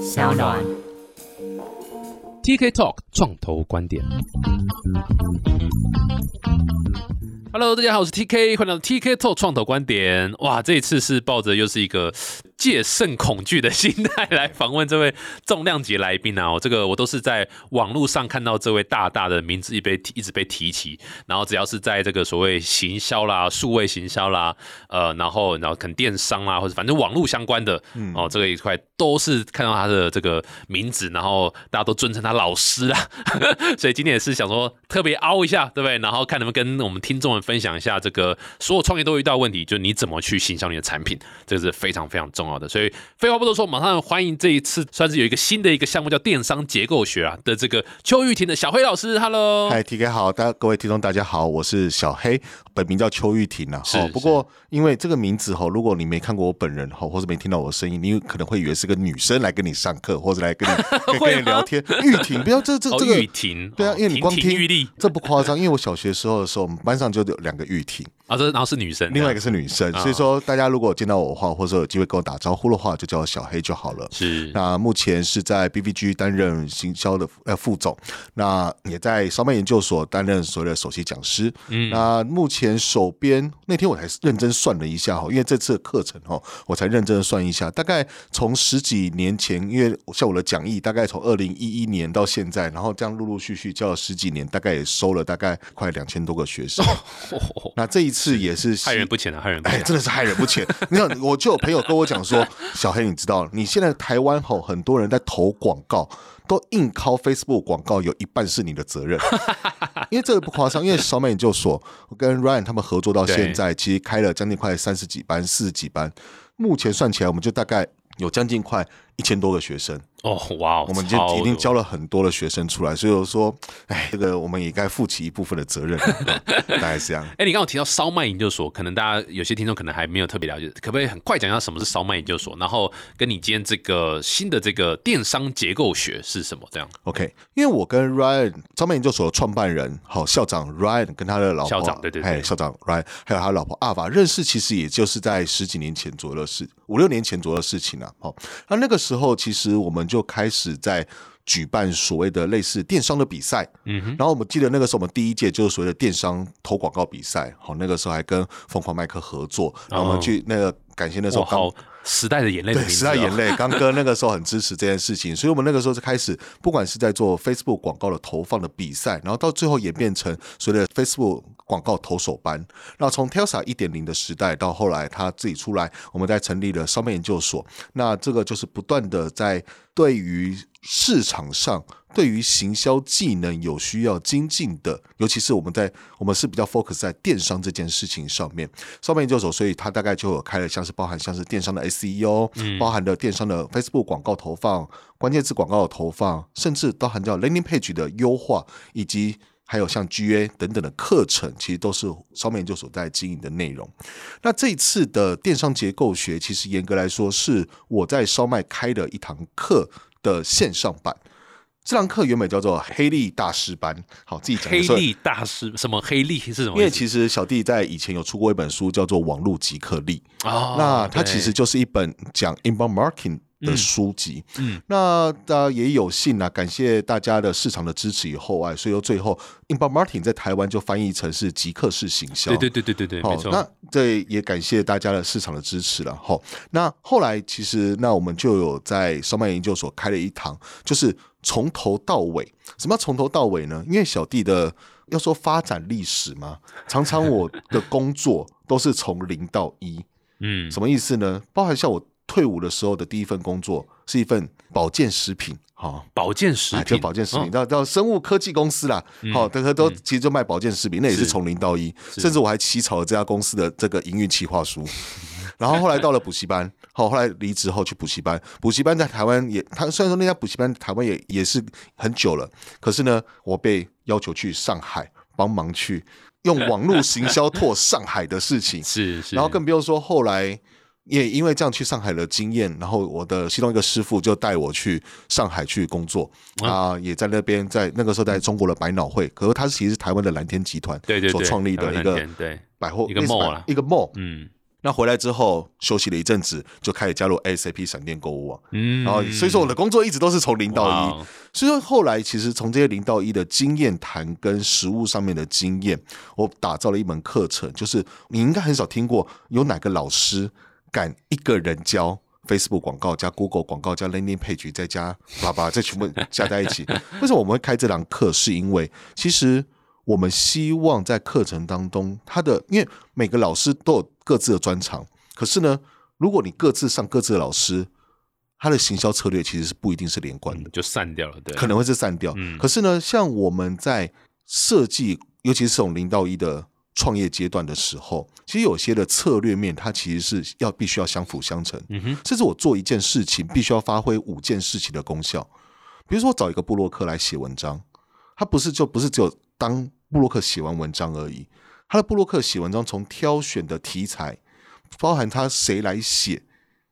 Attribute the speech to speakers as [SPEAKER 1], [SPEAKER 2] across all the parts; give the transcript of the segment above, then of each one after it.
[SPEAKER 1] 小暖
[SPEAKER 2] TK Talk 创投观点。Hello，大家好，我是 TK，欢迎来到 TK Talk 创投观点。哇，这一次是抱着又是一个戒慎恐惧的心态来访问这位重量级来宾啊！哦，这个我都是在网络上看到这位大大的名字一被一直被提起，然后只要是在这个所谓行销啦、数位行销啦，呃，然后然后可能电商啊啦，或者反正网络相关的哦，这个一块都是看到他的这个名字，然后大家都尊称他老师啦。 所以今天也是想说特别凹一下，对不对？然后看能不能跟我们听众们分享一下这个所有创业都会遇到的问题，就是你怎么去行销你的产品，这个是非常非常重要的。所以废话不多说，马上欢迎这一次算是有一个新的一个项目叫电商结构学啊的这个邱玉婷的小黑老师，Hello，
[SPEAKER 3] 嗨，TK 好，大家各位听众大家好，我是小黑，本名叫邱玉婷啊。
[SPEAKER 2] 是
[SPEAKER 3] 哦不过因为这个名字哈，如果你没看过我本人哈，或是没听到我的声音，你可能会以为是个女生来跟你上课，或者来跟 你跟
[SPEAKER 2] 会
[SPEAKER 3] 跟
[SPEAKER 2] 吗
[SPEAKER 3] 你聊天。玉婷，不要这这
[SPEAKER 2] 哦
[SPEAKER 3] 这个
[SPEAKER 2] 玉婷
[SPEAKER 3] 对啊
[SPEAKER 2] 哦，
[SPEAKER 3] 因为你光
[SPEAKER 2] 亭亭
[SPEAKER 3] 听
[SPEAKER 2] 玉立
[SPEAKER 3] 这不夸张，因为我小学时候的时候，我们班上就有两个玉婷，
[SPEAKER 2] 啊，这然后是女生，
[SPEAKER 3] 另外
[SPEAKER 2] 个
[SPEAKER 3] 一个是女生，所以说大家如果见到我的话，或者有机会跟我打招呼的话，就叫我小黑就好了。
[SPEAKER 2] 是
[SPEAKER 3] 那目前是在 BVG 担任行销的呃副总，那也在烧麦研究所担任所谓的首席讲师。嗯，那目前手边那天我才认真算了一下哈，因为这次的课程哈，我才认真的算一下，大概从十几年前，因为像我的讲义，大概从二零一一年到现在，然后这样陆陆续续教了十几年，大概也收了大概快两千多个学生。那这一次也是
[SPEAKER 2] 哦害人不浅啊，害人不
[SPEAKER 3] 哎，
[SPEAKER 2] 浅。
[SPEAKER 3] 真的是害人不 浅。你看，我就有朋友跟我讲说， 小黑，你知道，你现在台湾吼，很多人在投广告，都硬靠 Facebook 广告，有一半是你的责 任。因为这个不夸张，因为小美研究所，我跟 Ryan 他们合作到现在，其实开了将近快三十几班、四十几班，目前算起来，我们就大概有将近快一千多个学生。
[SPEAKER 2] 哦，哇哦，
[SPEAKER 3] 我们就
[SPEAKER 2] 超
[SPEAKER 3] 已经
[SPEAKER 2] 多
[SPEAKER 3] 教了很多的学生出来，所以我说，哎，这个我们也该负起一部分的责任， 大概是这样。
[SPEAKER 2] 哎、你刚刚有提到烧麦研究所，可能大家有些听众可能还没有特别了解，可不可以很快讲一下什么是烧麦研究所？然后跟你今天这个新的这个电商结构学是什么？这样
[SPEAKER 3] OK，因为我跟 Ryan 招聘研究所的创办人，好校长 Ryan 跟他的老婆
[SPEAKER 2] 校长对对对
[SPEAKER 3] 哎校长 Ryan 还有他老婆阿法认识，其实也就是在十几年前左右的事，五六年前左右的事情了、啊。好、那那个时候其实我们就开始在举办所谓的类似电商的比赛，嗯哼，然后我们记得那个时候我们第一届就是所谓的电商投广告比赛，好、那个时候还跟疯狂麦克合作，然后我们去那个感谢那时候
[SPEAKER 2] 哇，
[SPEAKER 3] 刚
[SPEAKER 2] 哦好时代的眼泪的
[SPEAKER 3] 对，
[SPEAKER 2] 名字、哦
[SPEAKER 3] 时代眼。 泪，刚哥那个时候很支持这件事情，所以我们那个时候就开始，不管是在做 Facebook 广告的投放的比赛，然后到最后演变成所谓的 Facebook 广告投手班。那从 Telsa 一点零的时代到后来他自己出来，我们在成立了商面研究所，那这个就是不断的在对于市场上。对于行销技能有需要精进的，尤其是我们在我们是比较 focus 在电商这件事情上面，上面研究所，所以它大概就有开了像是包含像是电商的 SEO，、包含了电商的 Facebook 广告投放、关键字广告的投放，甚至包含叫 landing page 的优化，以及还有像 GA 等等的课程，其实都是烧面研究所在经营的内容。那这一次的电商结构学，其实严格来说是我在烧麦开的一堂课的线上版。这堂课原本叫做黑利大师班，好，自己讲
[SPEAKER 2] 黑
[SPEAKER 3] 的时候
[SPEAKER 2] 利大师什么黑利是什么
[SPEAKER 3] 因
[SPEAKER 2] 意
[SPEAKER 3] 为
[SPEAKER 2] 思？
[SPEAKER 3] 其实小弟在以前有出过一本书，叫做《网络即刻力》，
[SPEAKER 2] 哦
[SPEAKER 3] 那它
[SPEAKER 2] 对
[SPEAKER 3] 其实就是一本讲 inbound marketing 的书籍。嗯，那大家也有幸啊，感谢大家的市场的支持与厚爱，所以说最后 inbound marketing 在台湾就翻译成是即刻式行销。
[SPEAKER 2] 对对对对对对，没
[SPEAKER 3] 好，
[SPEAKER 2] 错。
[SPEAKER 3] 哦那这也感谢大家的市场的支持了。好，那后来其实那我们就有在烧麦研究所开了一堂，就是从头到尾。什么叫从头到尾呢？因为小弟的要说发展历史嘛，常常我的工作都是从零到一。
[SPEAKER 2] 嗯，
[SPEAKER 3] 什么意思呢？包含像我退伍的时候的第一份工作是一份保健食品，哈、
[SPEAKER 2] 保健食
[SPEAKER 3] 哎，
[SPEAKER 2] 品，
[SPEAKER 3] 就保健食品，
[SPEAKER 2] 哦
[SPEAKER 3] 到到生物科技公司啦，好，这个都其实就卖保健食品，那也是
[SPEAKER 2] 嗯是
[SPEAKER 3] 从零到一，甚至我还起草了这家公司的这个营运企 划书。然后后来到了补习班，好，后来离职后去补习班，补习班在台湾也，他虽然说那家补习班台湾也也是很久了，可是呢，我被要求去上海帮忙去用网络行销拓上海的事情，
[SPEAKER 2] 是是，
[SPEAKER 3] 然后更不用说后来也因为这样去上海的经验，然后我的其中一个师傅就带我去上海去工作啊、也在那边在那个时候在中国的百脑汇，可是他其实是台湾的蓝天集团
[SPEAKER 2] 对对
[SPEAKER 3] 所
[SPEAKER 2] 对
[SPEAKER 3] 创立的
[SPEAKER 2] 台
[SPEAKER 3] 一
[SPEAKER 2] 湾
[SPEAKER 3] 个
[SPEAKER 2] 蓝天对
[SPEAKER 3] 百货
[SPEAKER 2] 一个
[SPEAKER 3] 类似百
[SPEAKER 2] mall 啦
[SPEAKER 3] 一个 mall，
[SPEAKER 2] 嗯
[SPEAKER 3] 那回来之后休息了一阵子，就开始加入 ASAP 闪电购物网。
[SPEAKER 2] 嗯，
[SPEAKER 3] 然后，所以说我的工作一直都是从零到一
[SPEAKER 2] 哇，哦
[SPEAKER 3] 所以说后来其实从这些零到一的经验谈跟实物上面的经验，我打造了一门课程，就是你应该很少听过有哪个老师敢一个人教 Facebook 广告加 Google 广告加 Landing Page 再加叭叭，这全部加在一起。 为什么我们会开这堂课？是因为其实我们希望在课程当中，他的因为每个老师都有各自的专长，可是呢，如果你各自上各自的老师。他的行销策略其实是不一定是连贯的，
[SPEAKER 2] 哦就散掉了，对，
[SPEAKER 3] 可能会是散掉。
[SPEAKER 2] 嗯
[SPEAKER 3] 可是呢，像我们在设计，尤其是从零到一的创业阶段的时候，其实有些的策略面，它其实是要必须要相辅相成。
[SPEAKER 2] 嗯哼，
[SPEAKER 3] 甚至我做一件事情，必须要发挥五件事情的功效。比如说，我找一个布洛克来写文章，他不是就不是只有当布洛克写完文章而已，他的布洛克写文章从挑选的题材，包含他谁来写，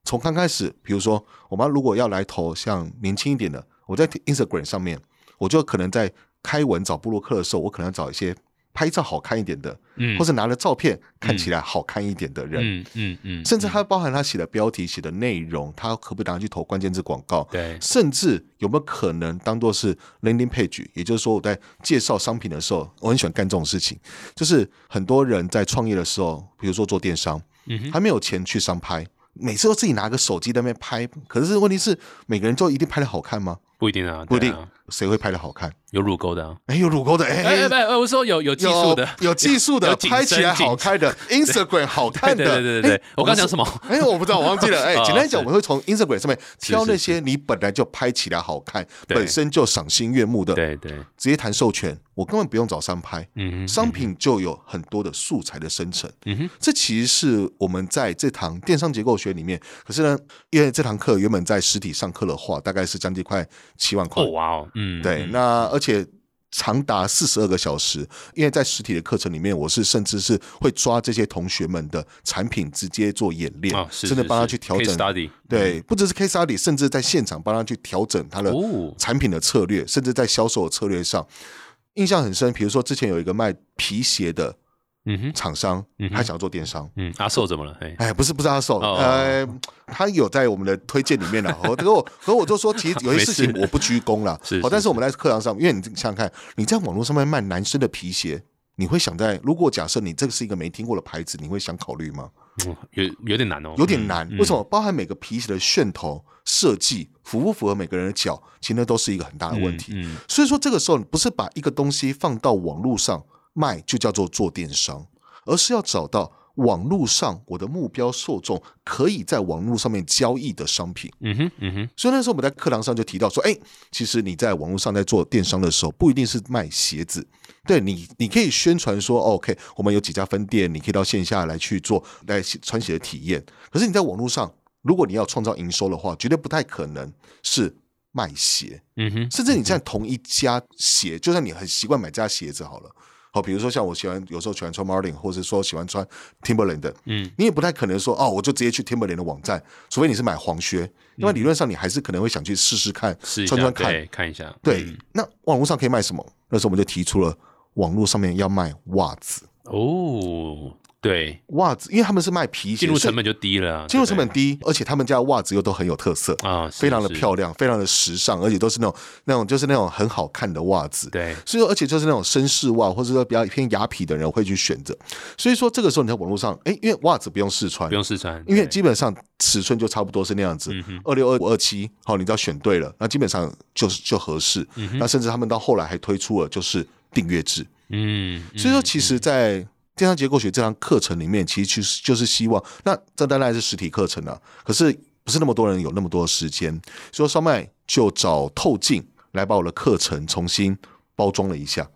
[SPEAKER 3] 从刚开始，比如说我们如果要来投像年轻一点的，我在 Instagram 上面，我就可能在开文找布洛克的时候，我可能要找一些拍照好看一点的，
[SPEAKER 2] 嗯
[SPEAKER 3] 或是拿了照片看起来好看一点的人，
[SPEAKER 2] 嗯嗯嗯，
[SPEAKER 3] 甚至它包含它写的标题、写的内容，它可不可以拿去投关键字广告？
[SPEAKER 2] 对，
[SPEAKER 3] 甚至有没有可能当做是 landing page？也就是说，我在介绍商品的时候，我很喜欢干这种事情。就是很多人在创业的时候，比如说做电商，
[SPEAKER 2] 嗯哼
[SPEAKER 3] 还没有钱去商拍，每次都自己拿个手机在那边拍。可是问题是，每个人都一定拍的好看吗？
[SPEAKER 2] 不一定啊，
[SPEAKER 3] 不一
[SPEAKER 2] 对
[SPEAKER 3] 定
[SPEAKER 2] 啊，
[SPEAKER 3] 谁会拍的好看？
[SPEAKER 2] 有乳沟的啊，
[SPEAKER 3] 哎，有乳沟的，哎
[SPEAKER 2] 哎哎哎，哎我说有有技术的，
[SPEAKER 3] 有有技术
[SPEAKER 2] 有
[SPEAKER 3] 的，
[SPEAKER 2] 紧
[SPEAKER 3] 拍起
[SPEAKER 2] 身
[SPEAKER 3] 来
[SPEAKER 2] 紧
[SPEAKER 3] 好看 的，Instagram 好看的。
[SPEAKER 2] 对对对对对
[SPEAKER 3] 哎
[SPEAKER 2] 我刚讲什
[SPEAKER 3] 是
[SPEAKER 2] 么
[SPEAKER 3] 哎，我不知道，我忘记 了。哎，
[SPEAKER 2] 啊
[SPEAKER 3] 简单讲，
[SPEAKER 2] 是
[SPEAKER 3] 我们会从 Instagram 上面挑
[SPEAKER 2] 是
[SPEAKER 3] 那些你本来就拍起来好看、
[SPEAKER 2] 对
[SPEAKER 3] 本身就赏心悦目的，
[SPEAKER 2] 对对，
[SPEAKER 3] 直接谈授权，我根本不用找商拍。
[SPEAKER 2] 嗯哼，
[SPEAKER 3] 商品就有很多的素材的生成，
[SPEAKER 2] 嗯哼，
[SPEAKER 3] 这其实是我们在这堂电商结构学里面。可是呢，因为这堂课原本在实体上课的话，大概是将近快七万块
[SPEAKER 2] 哦，哇哦，嗯，
[SPEAKER 3] 对，
[SPEAKER 2] 嗯
[SPEAKER 3] 那而且长达四十二个小时，因为在实体的课程里面，我是甚至是会抓这些同学们的产品直接做演练，
[SPEAKER 2] 哦，是
[SPEAKER 3] 真的
[SPEAKER 2] 是
[SPEAKER 3] 帮他
[SPEAKER 2] 是
[SPEAKER 3] 去调
[SPEAKER 2] case
[SPEAKER 3] 整。
[SPEAKER 2] study，嗯
[SPEAKER 3] 对，不只是 case study，甚至在现场帮他去调整他的
[SPEAKER 2] 哦
[SPEAKER 3] 产品的策略，甚至在销售的策略上，印象很深。比如说之前有一个卖皮鞋的
[SPEAKER 2] 嗯哼，
[SPEAKER 3] 厂商，
[SPEAKER 2] 嗯哼
[SPEAKER 3] 他想做电商。
[SPEAKER 2] 嗯，阿寿怎么了？哎，
[SPEAKER 3] 哎，不是不是阿寿，
[SPEAKER 2] 哦
[SPEAKER 3] 呃，他有在我们的推荐里面 了。我可我可我就说，其实有些事情
[SPEAKER 2] 没事
[SPEAKER 3] 我不居功了。
[SPEAKER 2] 是
[SPEAKER 3] 好，
[SPEAKER 2] 是
[SPEAKER 3] 哦但是我们在课堂上，因为你想想看，你在网络上面卖男生的皮鞋，你会想在如果假设你这个是一个没听过的牌子，你会想考虑吗？
[SPEAKER 2] 嗯有有点难哦，
[SPEAKER 3] 有点
[SPEAKER 2] 嗯
[SPEAKER 3] 难。
[SPEAKER 2] 嗯
[SPEAKER 3] 为什么？包含每个皮鞋的楦头设计符不符合每个人的脚，其实那都是一个很大的问题。
[SPEAKER 2] 嗯，嗯
[SPEAKER 3] 所以说，这个时候你不是把一个东西放到网络上卖就叫做做电商，而是要找到网络上我的目标受众可以在网络上面交易的商品。
[SPEAKER 2] 嗯哼，嗯哼，
[SPEAKER 3] 所以那时候我们在课堂上就提到说，哎，其实你在网络上在做电商的时候，不一定是卖鞋子，对你，你可以宣传说哦，OK，我们有几家分店，你可以到线下来去做来穿鞋的体验。可是你在网络上，如果你要创造营收的话，绝对不太可能是卖鞋。
[SPEAKER 2] 嗯哼，
[SPEAKER 3] 甚至你在同一家鞋，就算你很习惯买这家鞋子好了，好，比如说像我喜欢有时候喜欢穿 Martin，或者说喜欢穿 Timberland 的，
[SPEAKER 2] 嗯，
[SPEAKER 3] 你也不太可能说哦，我就直接去 Timberland 的网站，除非你是买黄靴，因为理论上你还是可能会想去试试看，
[SPEAKER 2] 嗯试一
[SPEAKER 3] 穿
[SPEAKER 2] 下，
[SPEAKER 3] 穿看。
[SPEAKER 2] 对，看一下，
[SPEAKER 3] 对，
[SPEAKER 2] 嗯
[SPEAKER 3] 那网络上可以卖什么？那时候我们就提出了网络上面要卖袜子，
[SPEAKER 2] 哦，对，
[SPEAKER 3] 袜子，因为他们是卖皮鞋，
[SPEAKER 2] 进入
[SPEAKER 3] 所以
[SPEAKER 2] 成本就低了啊，
[SPEAKER 3] 进入成
[SPEAKER 2] 对不
[SPEAKER 3] 本低，而且他们家的袜子又都很有特色。
[SPEAKER 2] 对啊，是
[SPEAKER 3] 非常的，
[SPEAKER 2] 是
[SPEAKER 3] 漂亮，非常的时尚，而且都是那种那种就是那种很好看的袜子。
[SPEAKER 2] 对，
[SPEAKER 3] 所以说，而且就是那种绅士袜，或者说比较偏雅痞的人会去选择。所以说，这个时候你在网络上，哎，因为袜子不用试穿
[SPEAKER 2] 不，用试穿，
[SPEAKER 3] 因为
[SPEAKER 2] 对嗯
[SPEAKER 3] 基本上尺寸就差不多是那样子，二六二五二七，好，你只要选对了，那基本上就是就合适。那甚至他们到后来还推出了就是订阅制，
[SPEAKER 2] 嗯，嗯
[SPEAKER 3] 所以说，其实，在电商结构学这堂课程里面，其实就是就是希望，那这当然是实体课程了、可是不是那么多人有那么多时间，所以说烧麦就找透镜来把我的课程重新包装了一下。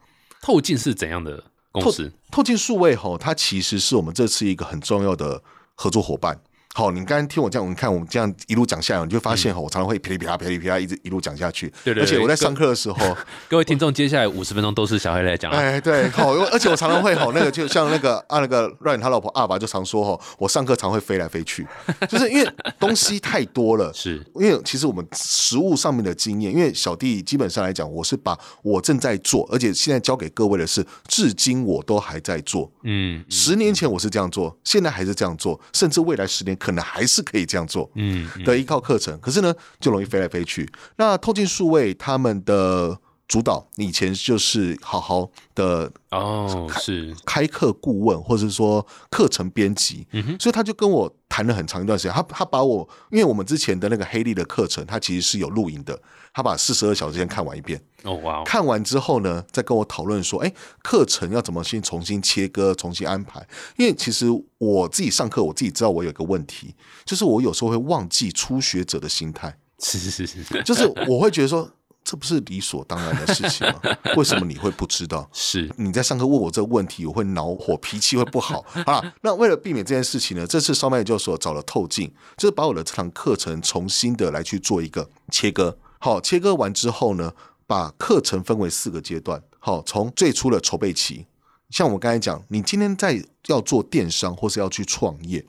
[SPEAKER 2] 透镜是怎样的公司？
[SPEAKER 3] 透镜数位吼，它其实是我们这次一个很重要的合作伙伴。好，你刚刚听我这样，你看我们这样一路讲下来，你就发现哈，我常常会噼里啪啦、噼里啪啦一直一路讲下去。
[SPEAKER 2] 嗯对对对
[SPEAKER 3] 而且我在上课的 时候，
[SPEAKER 2] 各位听众，接下来五十分钟都是小黑来讲啊，
[SPEAKER 3] 哎，对，好，而且我常常会吼，那个就像那个啊，那个 Ryan 他老婆阿爸就常说吼，我上课常会飞来飞 去，就是因为东西太多了。
[SPEAKER 2] 是
[SPEAKER 3] 因为其实我们实物上面的经验，因为小弟基本上来讲，我是把我正在做，而且现在教给各位的是，至今我都还在做。
[SPEAKER 2] 嗯
[SPEAKER 3] 十年前我是这样做，现在还是这样做，甚至未来十年可能还是可以这样做。
[SPEAKER 2] 嗯嗯
[SPEAKER 3] 的依靠课程，可是呢，就容易飞来飞去。那透镜数位他们的主导以前就是好好的
[SPEAKER 2] 哦是
[SPEAKER 3] 开课顾问，或者说课程编辑，所以他就跟我谈了很长一段时间。他他把我，因为我们之前的那个黑利的课程，他其实是有录影的，他把四十二小时先看完一遍。
[SPEAKER 2] 哦哇哦
[SPEAKER 3] 看完之后呢，再跟我讨论说，哎，课程要怎么先重新切割、重新安排？因为其实我自己上课，我自己知道我有一个问题，就是我有时候会忘记初学者的心态，
[SPEAKER 2] 是是是是
[SPEAKER 3] 就是我会觉得说，这不是理所当然的事情吗？为什么你会不知道？
[SPEAKER 2] 是
[SPEAKER 3] 你在上课问我这个问题，我会恼火，脾气会不好。好啦，那为了避免这件事情呢，这次烧麦研究所找了透镜，就是把我的这堂课程重新的来去做一个切割。好，切割完之后呢，把课程分为四个阶段。好，从最初的筹备期，像我刚才讲，你今天在要做电商或是要去创业，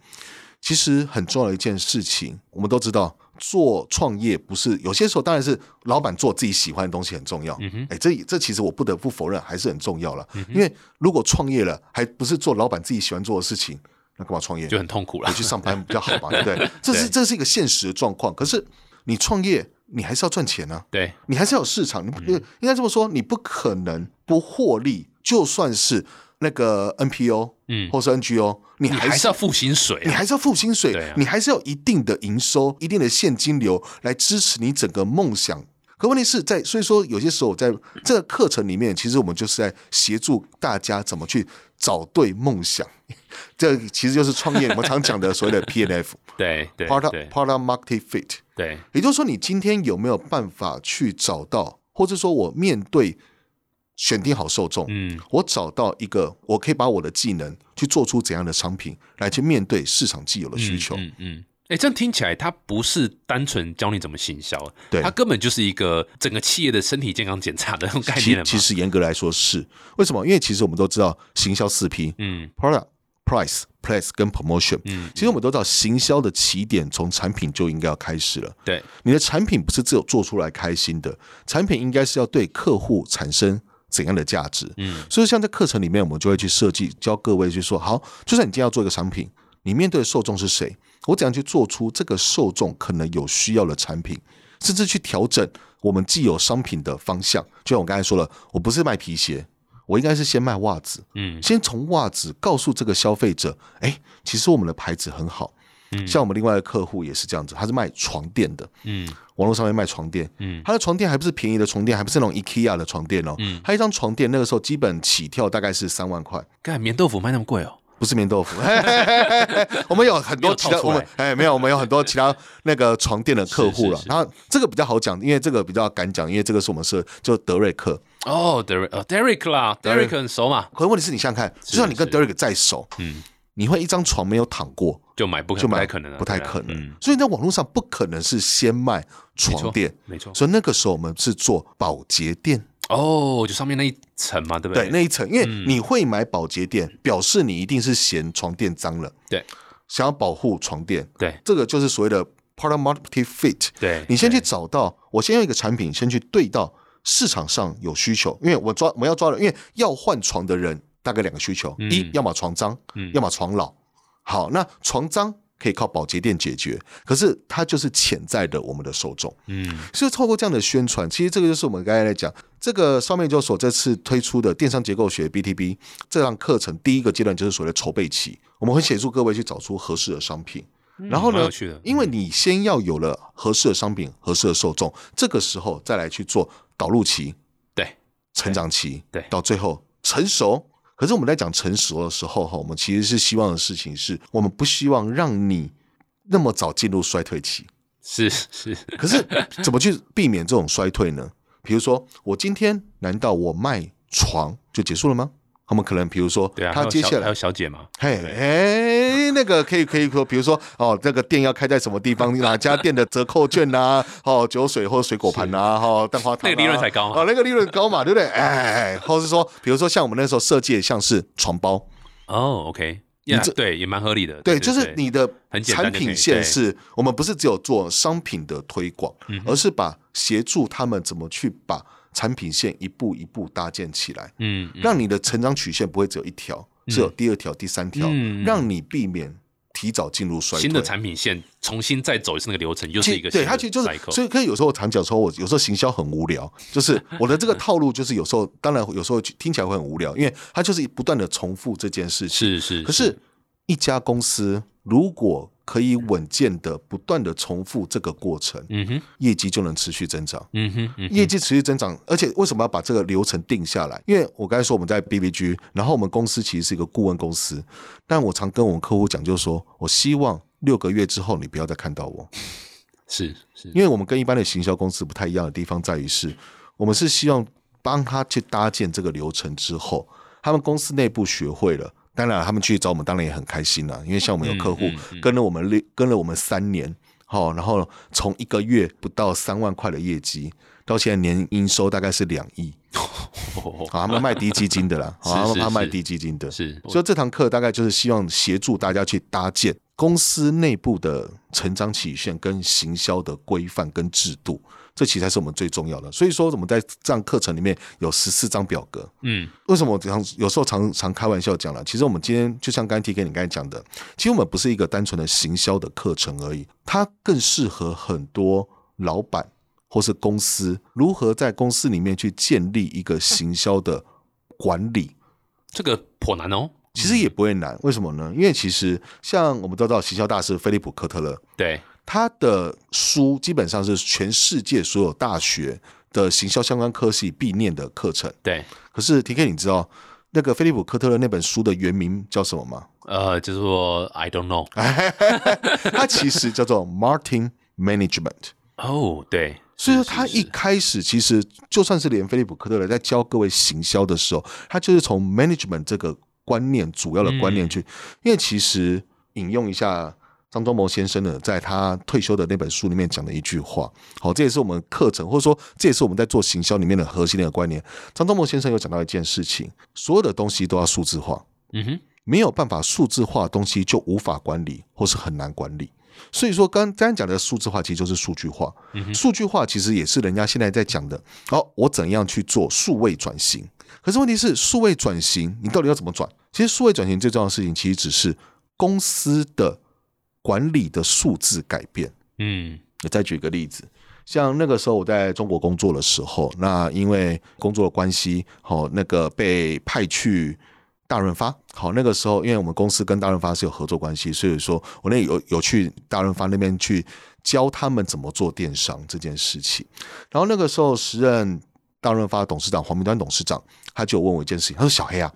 [SPEAKER 3] 其实很重要的一件事情，我们都知道。做创业不是有些时候当然是老板做自己喜欢的东西很重要，
[SPEAKER 2] 嗯
[SPEAKER 3] 哎、这这其实我不得不否认还是很重要了，因为如果创业了还不是做老板自己喜欢做的事情，那干嘛创业？
[SPEAKER 2] 就很痛苦了
[SPEAKER 3] 回，去上班比较好嘛，对不 对？这是
[SPEAKER 2] 对
[SPEAKER 3] 这是一个现实的状况。可是你创业，你还是要赚钱啊，
[SPEAKER 2] 对
[SPEAKER 3] 你还是要有市场。你不
[SPEAKER 2] 嗯
[SPEAKER 3] 应该这么说，你不可能不获利，就算是那个 NPO，
[SPEAKER 2] 嗯
[SPEAKER 3] 或是 NGO，你
[SPEAKER 2] 你
[SPEAKER 3] 还
[SPEAKER 2] 还
[SPEAKER 3] 是
[SPEAKER 2] 是要付薪水
[SPEAKER 3] 你
[SPEAKER 2] 啊，
[SPEAKER 3] 还是要付薪水，
[SPEAKER 2] 对啊
[SPEAKER 3] 你还是要一定的营收、一定的现金流来支持你整个梦想。可问题是在，所以说有些时候在这个课程里面，其实我们就是在协助大家怎么去找对梦想。 这其实就是创业我们常讲的所谓的 P&F（Product
[SPEAKER 2] 对 对对
[SPEAKER 3] Product Market Fit）。
[SPEAKER 2] 对
[SPEAKER 3] 也就是说，你今天有没有办法去找到，或者说我面对选定好受众，
[SPEAKER 2] 嗯
[SPEAKER 3] 我找到一个，我可以把我的技能去做出怎样的商品来去面对市场既有的需求。
[SPEAKER 2] 嗯嗯。嗯哎，这样听起来，它不是单纯教你怎么行销，
[SPEAKER 3] 对
[SPEAKER 2] 它根本就是一个整个企业的身体健康检查的那种概
[SPEAKER 3] 其
[SPEAKER 2] 念了嘛。
[SPEAKER 3] 其，实严格来说是为什么？因为其实我们都知道行销四 P，
[SPEAKER 2] 嗯
[SPEAKER 3] product、price、place 跟 promotion。
[SPEAKER 2] 嗯
[SPEAKER 3] 其实我们都知道，行销的起点从产品就应该要开始了。
[SPEAKER 2] 对，
[SPEAKER 3] 你的产品不是只有做出来开心的，产品应该是要对客户产生怎样的价值。
[SPEAKER 2] 嗯，
[SPEAKER 3] 所以像在课程里面，我们就会去设计，教各位去说，好，就算你今天要做一个商品，你面对的受众是谁，我怎样去做出这个受众可能有需要的产品，甚至去调整我们既有商品的方向。就像我刚才说了，我不是卖皮鞋，我应该是先卖袜子。
[SPEAKER 2] 嗯
[SPEAKER 3] 先从袜子告诉这个消费者，哎，其实我们的牌子很好。像我们另外的客户也是这样子，他是卖床垫的，
[SPEAKER 2] 嗯
[SPEAKER 3] 网络上面卖床垫，
[SPEAKER 2] 嗯
[SPEAKER 3] 他的床垫还不是便宜的床垫，还不是那种 IKEA 的床垫哦，他一张床垫那个时候基本起跳大概是三万块，
[SPEAKER 2] 干棉豆腐卖那么贵哦？
[SPEAKER 3] 不是棉 豆腐，嘿嘿嘿嘿嘿嘿我们有很
[SPEAKER 2] 没
[SPEAKER 3] 多
[SPEAKER 2] 有
[SPEAKER 3] 其
[SPEAKER 2] 套
[SPEAKER 3] 他
[SPEAKER 2] 出
[SPEAKER 3] 我们哎没有，我们有很多其他那个床垫的客户了
[SPEAKER 2] 是是。是
[SPEAKER 3] 然后这个比较好讲，因为这个比较敢讲，因为这个是我们社就德瑞克。
[SPEAKER 2] 哦，Derek，哦，Derek 啦，Derek 很熟嘛，
[SPEAKER 3] 可问题是你想想看，就算你跟
[SPEAKER 2] 是
[SPEAKER 3] 德瑞克再熟，
[SPEAKER 2] 嗯，
[SPEAKER 3] 你会一张床没有躺过，
[SPEAKER 2] 就买不可
[SPEAKER 3] 就
[SPEAKER 2] 不
[SPEAKER 3] 买
[SPEAKER 2] 太可能啊，
[SPEAKER 3] 不太
[SPEAKER 2] 对啊
[SPEAKER 3] 可能
[SPEAKER 2] 嗯，。
[SPEAKER 3] 所以在网络上不可能是先卖床垫，
[SPEAKER 2] 没错。
[SPEAKER 3] 所以那个时候我们是做保洁垫。
[SPEAKER 2] 哦，就上面那一层嘛，对嗯不
[SPEAKER 3] 对
[SPEAKER 2] 对？
[SPEAKER 3] 那一层，因为你会买保洁垫，表示你一定是嫌床垫脏了，
[SPEAKER 2] 对
[SPEAKER 3] 想要保护床垫，
[SPEAKER 2] 对
[SPEAKER 3] 这个就是所谓的 product market fit。
[SPEAKER 2] 对，
[SPEAKER 3] 你先去
[SPEAKER 2] 对
[SPEAKER 3] 找到，我先用一个产品先去对到市场上有需求，因为我抓我们要抓的，因为要换床的人大概两个需求，
[SPEAKER 2] 嗯
[SPEAKER 3] 一要么床脏，
[SPEAKER 2] 嗯
[SPEAKER 3] 要么床老。好，那床脏可以靠保洁垫解决，可是它就是潜在的我们的受众。
[SPEAKER 2] 嗯
[SPEAKER 3] 所以透过这样的宣传，其实这个就是我们刚才在讲这个上面就所这次推出的电商结构学 BTB 这堂课程，第一个阶段就是所谓的筹备期，我们会协助各位去找出合适的商品。然后
[SPEAKER 2] 蛮
[SPEAKER 3] 呢
[SPEAKER 2] 嗯有趣的，
[SPEAKER 3] 因为你先要有了合适的商品、合适的受众，这个时候再来去做导入期、
[SPEAKER 2] 对，
[SPEAKER 3] 成长期，
[SPEAKER 2] 对对
[SPEAKER 3] 到最后成熟。可是我们在讲成熟的时候，哈，我们其实是希望的事情是，我们不希望让你那么早进入衰退期。
[SPEAKER 2] 是是，
[SPEAKER 3] 可是怎么去避免这种衰退呢？比如说，我今天难道我卖床就结束了吗？他们可能比如说，
[SPEAKER 2] 对啊，还
[SPEAKER 3] 他
[SPEAKER 2] 有
[SPEAKER 3] 接
[SPEAKER 2] 小
[SPEAKER 3] 下
[SPEAKER 2] 还
[SPEAKER 3] 来
[SPEAKER 2] 有。小姐嘛，
[SPEAKER 3] 嘿，哎，那个可以可以说，比如说哦，那个店要开在什么地方，哪家店的折扣券呐、 哦，酒水或水果盘呐、哦，蛋花汤、啊，
[SPEAKER 2] 那个利润才高嘛
[SPEAKER 3] 哦，那个利润高嘛，对不对？哎，或是说，比如说像我们那时候设计的像是床包，
[SPEAKER 2] 哦，OK，
[SPEAKER 3] 你
[SPEAKER 2] 呀
[SPEAKER 3] 这
[SPEAKER 2] 对，也蛮合理的，对，
[SPEAKER 3] 对，就是
[SPEAKER 2] 对
[SPEAKER 3] 你的
[SPEAKER 2] 很简单
[SPEAKER 3] 产
[SPEAKER 2] 就可以
[SPEAKER 3] 品线
[SPEAKER 2] 对嗯
[SPEAKER 3] 是我们不是只有做商品的推广，而是把协助他们怎么去把产品线一步一步搭建起来，
[SPEAKER 2] 嗯，嗯
[SPEAKER 3] 让你的成长曲线不会只有一条，是有第二条、第三条，
[SPEAKER 2] 嗯
[SPEAKER 3] 让你避免提早进入衰退。
[SPEAKER 2] 新的产品线重新再走一次那个流程，又
[SPEAKER 3] 其
[SPEAKER 2] 是一个新
[SPEAKER 3] 对
[SPEAKER 2] 的
[SPEAKER 3] 它其实就是，
[SPEAKER 2] cycle
[SPEAKER 3] 所以可以有时候我常讲说，我有时候行销很无聊，就是我的这个套路，就是有时候当然有时候听起来会很无聊，因为它就是不断的重复这件事情。
[SPEAKER 2] 是是，
[SPEAKER 3] 可是，一家公司如果可以稳健的、不断的重复这个过程，
[SPEAKER 2] 嗯哼，
[SPEAKER 3] 业绩就能持续增长。
[SPEAKER 2] 嗯哼，嗯哼，
[SPEAKER 3] 业绩持续增长，而且为什么要把这个流程定下来？因为我刚才说我们在 BBG，然后我们公司其实是一个顾问公司，但我常跟我们客户讲，就是说我希望六个月之后你不要再看到我，
[SPEAKER 2] 是是，
[SPEAKER 3] 因为我们跟一般的行销公司不太一样的地方在于是，我们是希望帮他去搭建这个流程之后，他们公司内部学会了。当然，他们去找我们，当然也很开心啦。因为像我们有客户
[SPEAKER 2] 嗯嗯
[SPEAKER 3] 跟了我们六，跟了我们三年，好、然后从一个月不到三万块的业绩，到现在年营收大概是两亿。
[SPEAKER 2] 哦
[SPEAKER 3] 好，他们卖低基金的啦，好，
[SPEAKER 2] 是
[SPEAKER 3] 他们
[SPEAKER 2] 是
[SPEAKER 3] 他们卖
[SPEAKER 2] 是
[SPEAKER 3] 低基金的。
[SPEAKER 2] 是，
[SPEAKER 3] 所以这堂课大概就是希望协助大家去搭建公司内部的成长曲线跟行销的规范跟制度，这其实才是我们最重要的。所以说我们在这样课程里面有十四张表格。
[SPEAKER 2] 嗯，
[SPEAKER 3] 为什么我常有时候常常开玩笑讲了？其实我们今天就像刚才 T K 你刚才讲的，其实我们不是一个单纯的行销的课程而已，它更适合很多老板或是公司如何在公司里面去建立一个行销的管理。
[SPEAKER 2] 这个颇难哦，
[SPEAKER 3] 其实也不会难，为什么呢？因为其实像我们都知道，行销大师菲利普·科特勒，
[SPEAKER 2] 对，
[SPEAKER 3] 他的书基本上是全世界所有大学的行销相关科系必念的课程。
[SPEAKER 2] 对，
[SPEAKER 3] 可是 T K，你知道那个菲利普·科特勒那本书的原名叫什么吗？
[SPEAKER 2] 呃，就是说 I don't know，
[SPEAKER 3] 哎它其实叫做 Marketing Management。
[SPEAKER 2] 哦，对，
[SPEAKER 3] 所以说，
[SPEAKER 2] 是
[SPEAKER 3] 他
[SPEAKER 2] 是
[SPEAKER 3] 一
[SPEAKER 2] 是
[SPEAKER 3] 开始其实就算是连菲利普·科特勒在教各位行销的时候，他就是从 management 这个观念主要的观
[SPEAKER 2] 嗯
[SPEAKER 3] 念去，因为其实引用一下张忠谋先生的在他退休的那本书里面讲的一句话，好，这也是我们课程或者说这也是我们在做行销里面的核心的观念。张忠谋先生有讲到一件事情，所有的东西都要数字化，
[SPEAKER 2] 嗯哼，
[SPEAKER 3] 没有办法数字化的东西就无法管理，或是很难管理。所以说，刚刚讲的数字化其实就是数据化，数据化其实也是人家现在在讲的。哦，我怎样去做数位转型？可是问题是，数位转型你到底要怎么转？其实数位转型最重要的事情，其实只是公司的管理的数字改变。
[SPEAKER 2] 嗯，
[SPEAKER 3] 我再举个例子，像那个时候我在中国工作的时候，那因为工作的关系，好、那个被派去大润发。好，那个时候因为我们公司跟大润发是有合作关系，所以说我那有有去大润发那边去教他们怎么做电商这件事情。然后那个时候时任大润发董事长黄明端董事长，他就问我一件事情，他说：“小黑啊，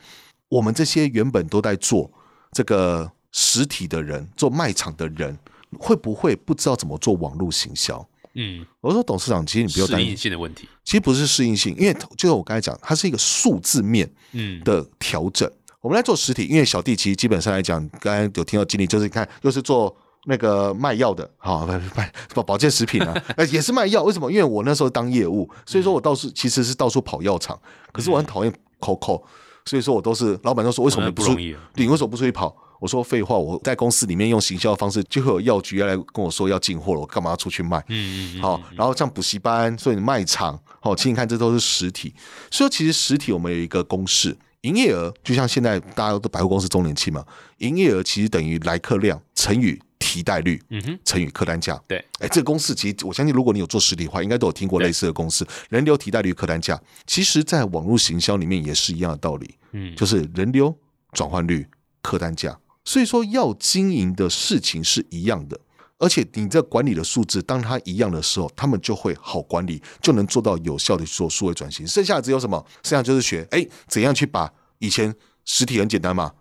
[SPEAKER 3] 我们这些原本都在做这个实体的人，做卖场的人，会不会不知道怎么做网络行销？”
[SPEAKER 2] 嗯，
[SPEAKER 3] 我说：“董事长，其实你不用担
[SPEAKER 2] 适
[SPEAKER 3] 心
[SPEAKER 2] 应，性的问题，
[SPEAKER 3] 其实不是适应性，因为就像我刚才讲，它是一个数字面
[SPEAKER 2] 嗯，
[SPEAKER 3] 的调整。我们来做实体，因为小弟其实基本上来讲，刚才有听到经历，就是你看又是做。”那个卖药的， 好、不不保保健食品啊， 呃也是卖药。为什么？因为我那时候当业务，所以说我到处其实是到处跑药厂，可是我很讨厌 COCO，所以说我都是老板都说为什么
[SPEAKER 2] 那
[SPEAKER 3] 你
[SPEAKER 2] 不
[SPEAKER 3] 出
[SPEAKER 2] 容易啊，
[SPEAKER 3] 你为什么不出去跑？我说废话，我在公司里面用行销的方式，就会有药局要来跟我说要进货了，我干嘛要出去卖？
[SPEAKER 2] 嗯嗯嗯，
[SPEAKER 3] 好、然后像补习班，所以你卖场，好、其实你看这都是实体。所以其实实体我们有一个公式，营业额就像现在大家都百货公司周年庆嘛，营业额其实等于来客量乘以提贷率，
[SPEAKER 2] 嗯哼，
[SPEAKER 3] 乘以客单价。
[SPEAKER 2] 对，
[SPEAKER 3] 哎，这个公式其实我相信，如果你有做实体化，应该都有听过类似的公式，人流提贷率客单价。其实，在网络行销里面也是一样的道理，
[SPEAKER 2] 嗯，
[SPEAKER 3] 就是人流转换率客单价。所以说，要经营的事情是一样的，而且你这管理的数字，当它一样的时候，他们就会好管理，就能做到有效的做数位转型。剩下的只有什么？剩下就是学，哎，怎样去把以前实体很简单嘛，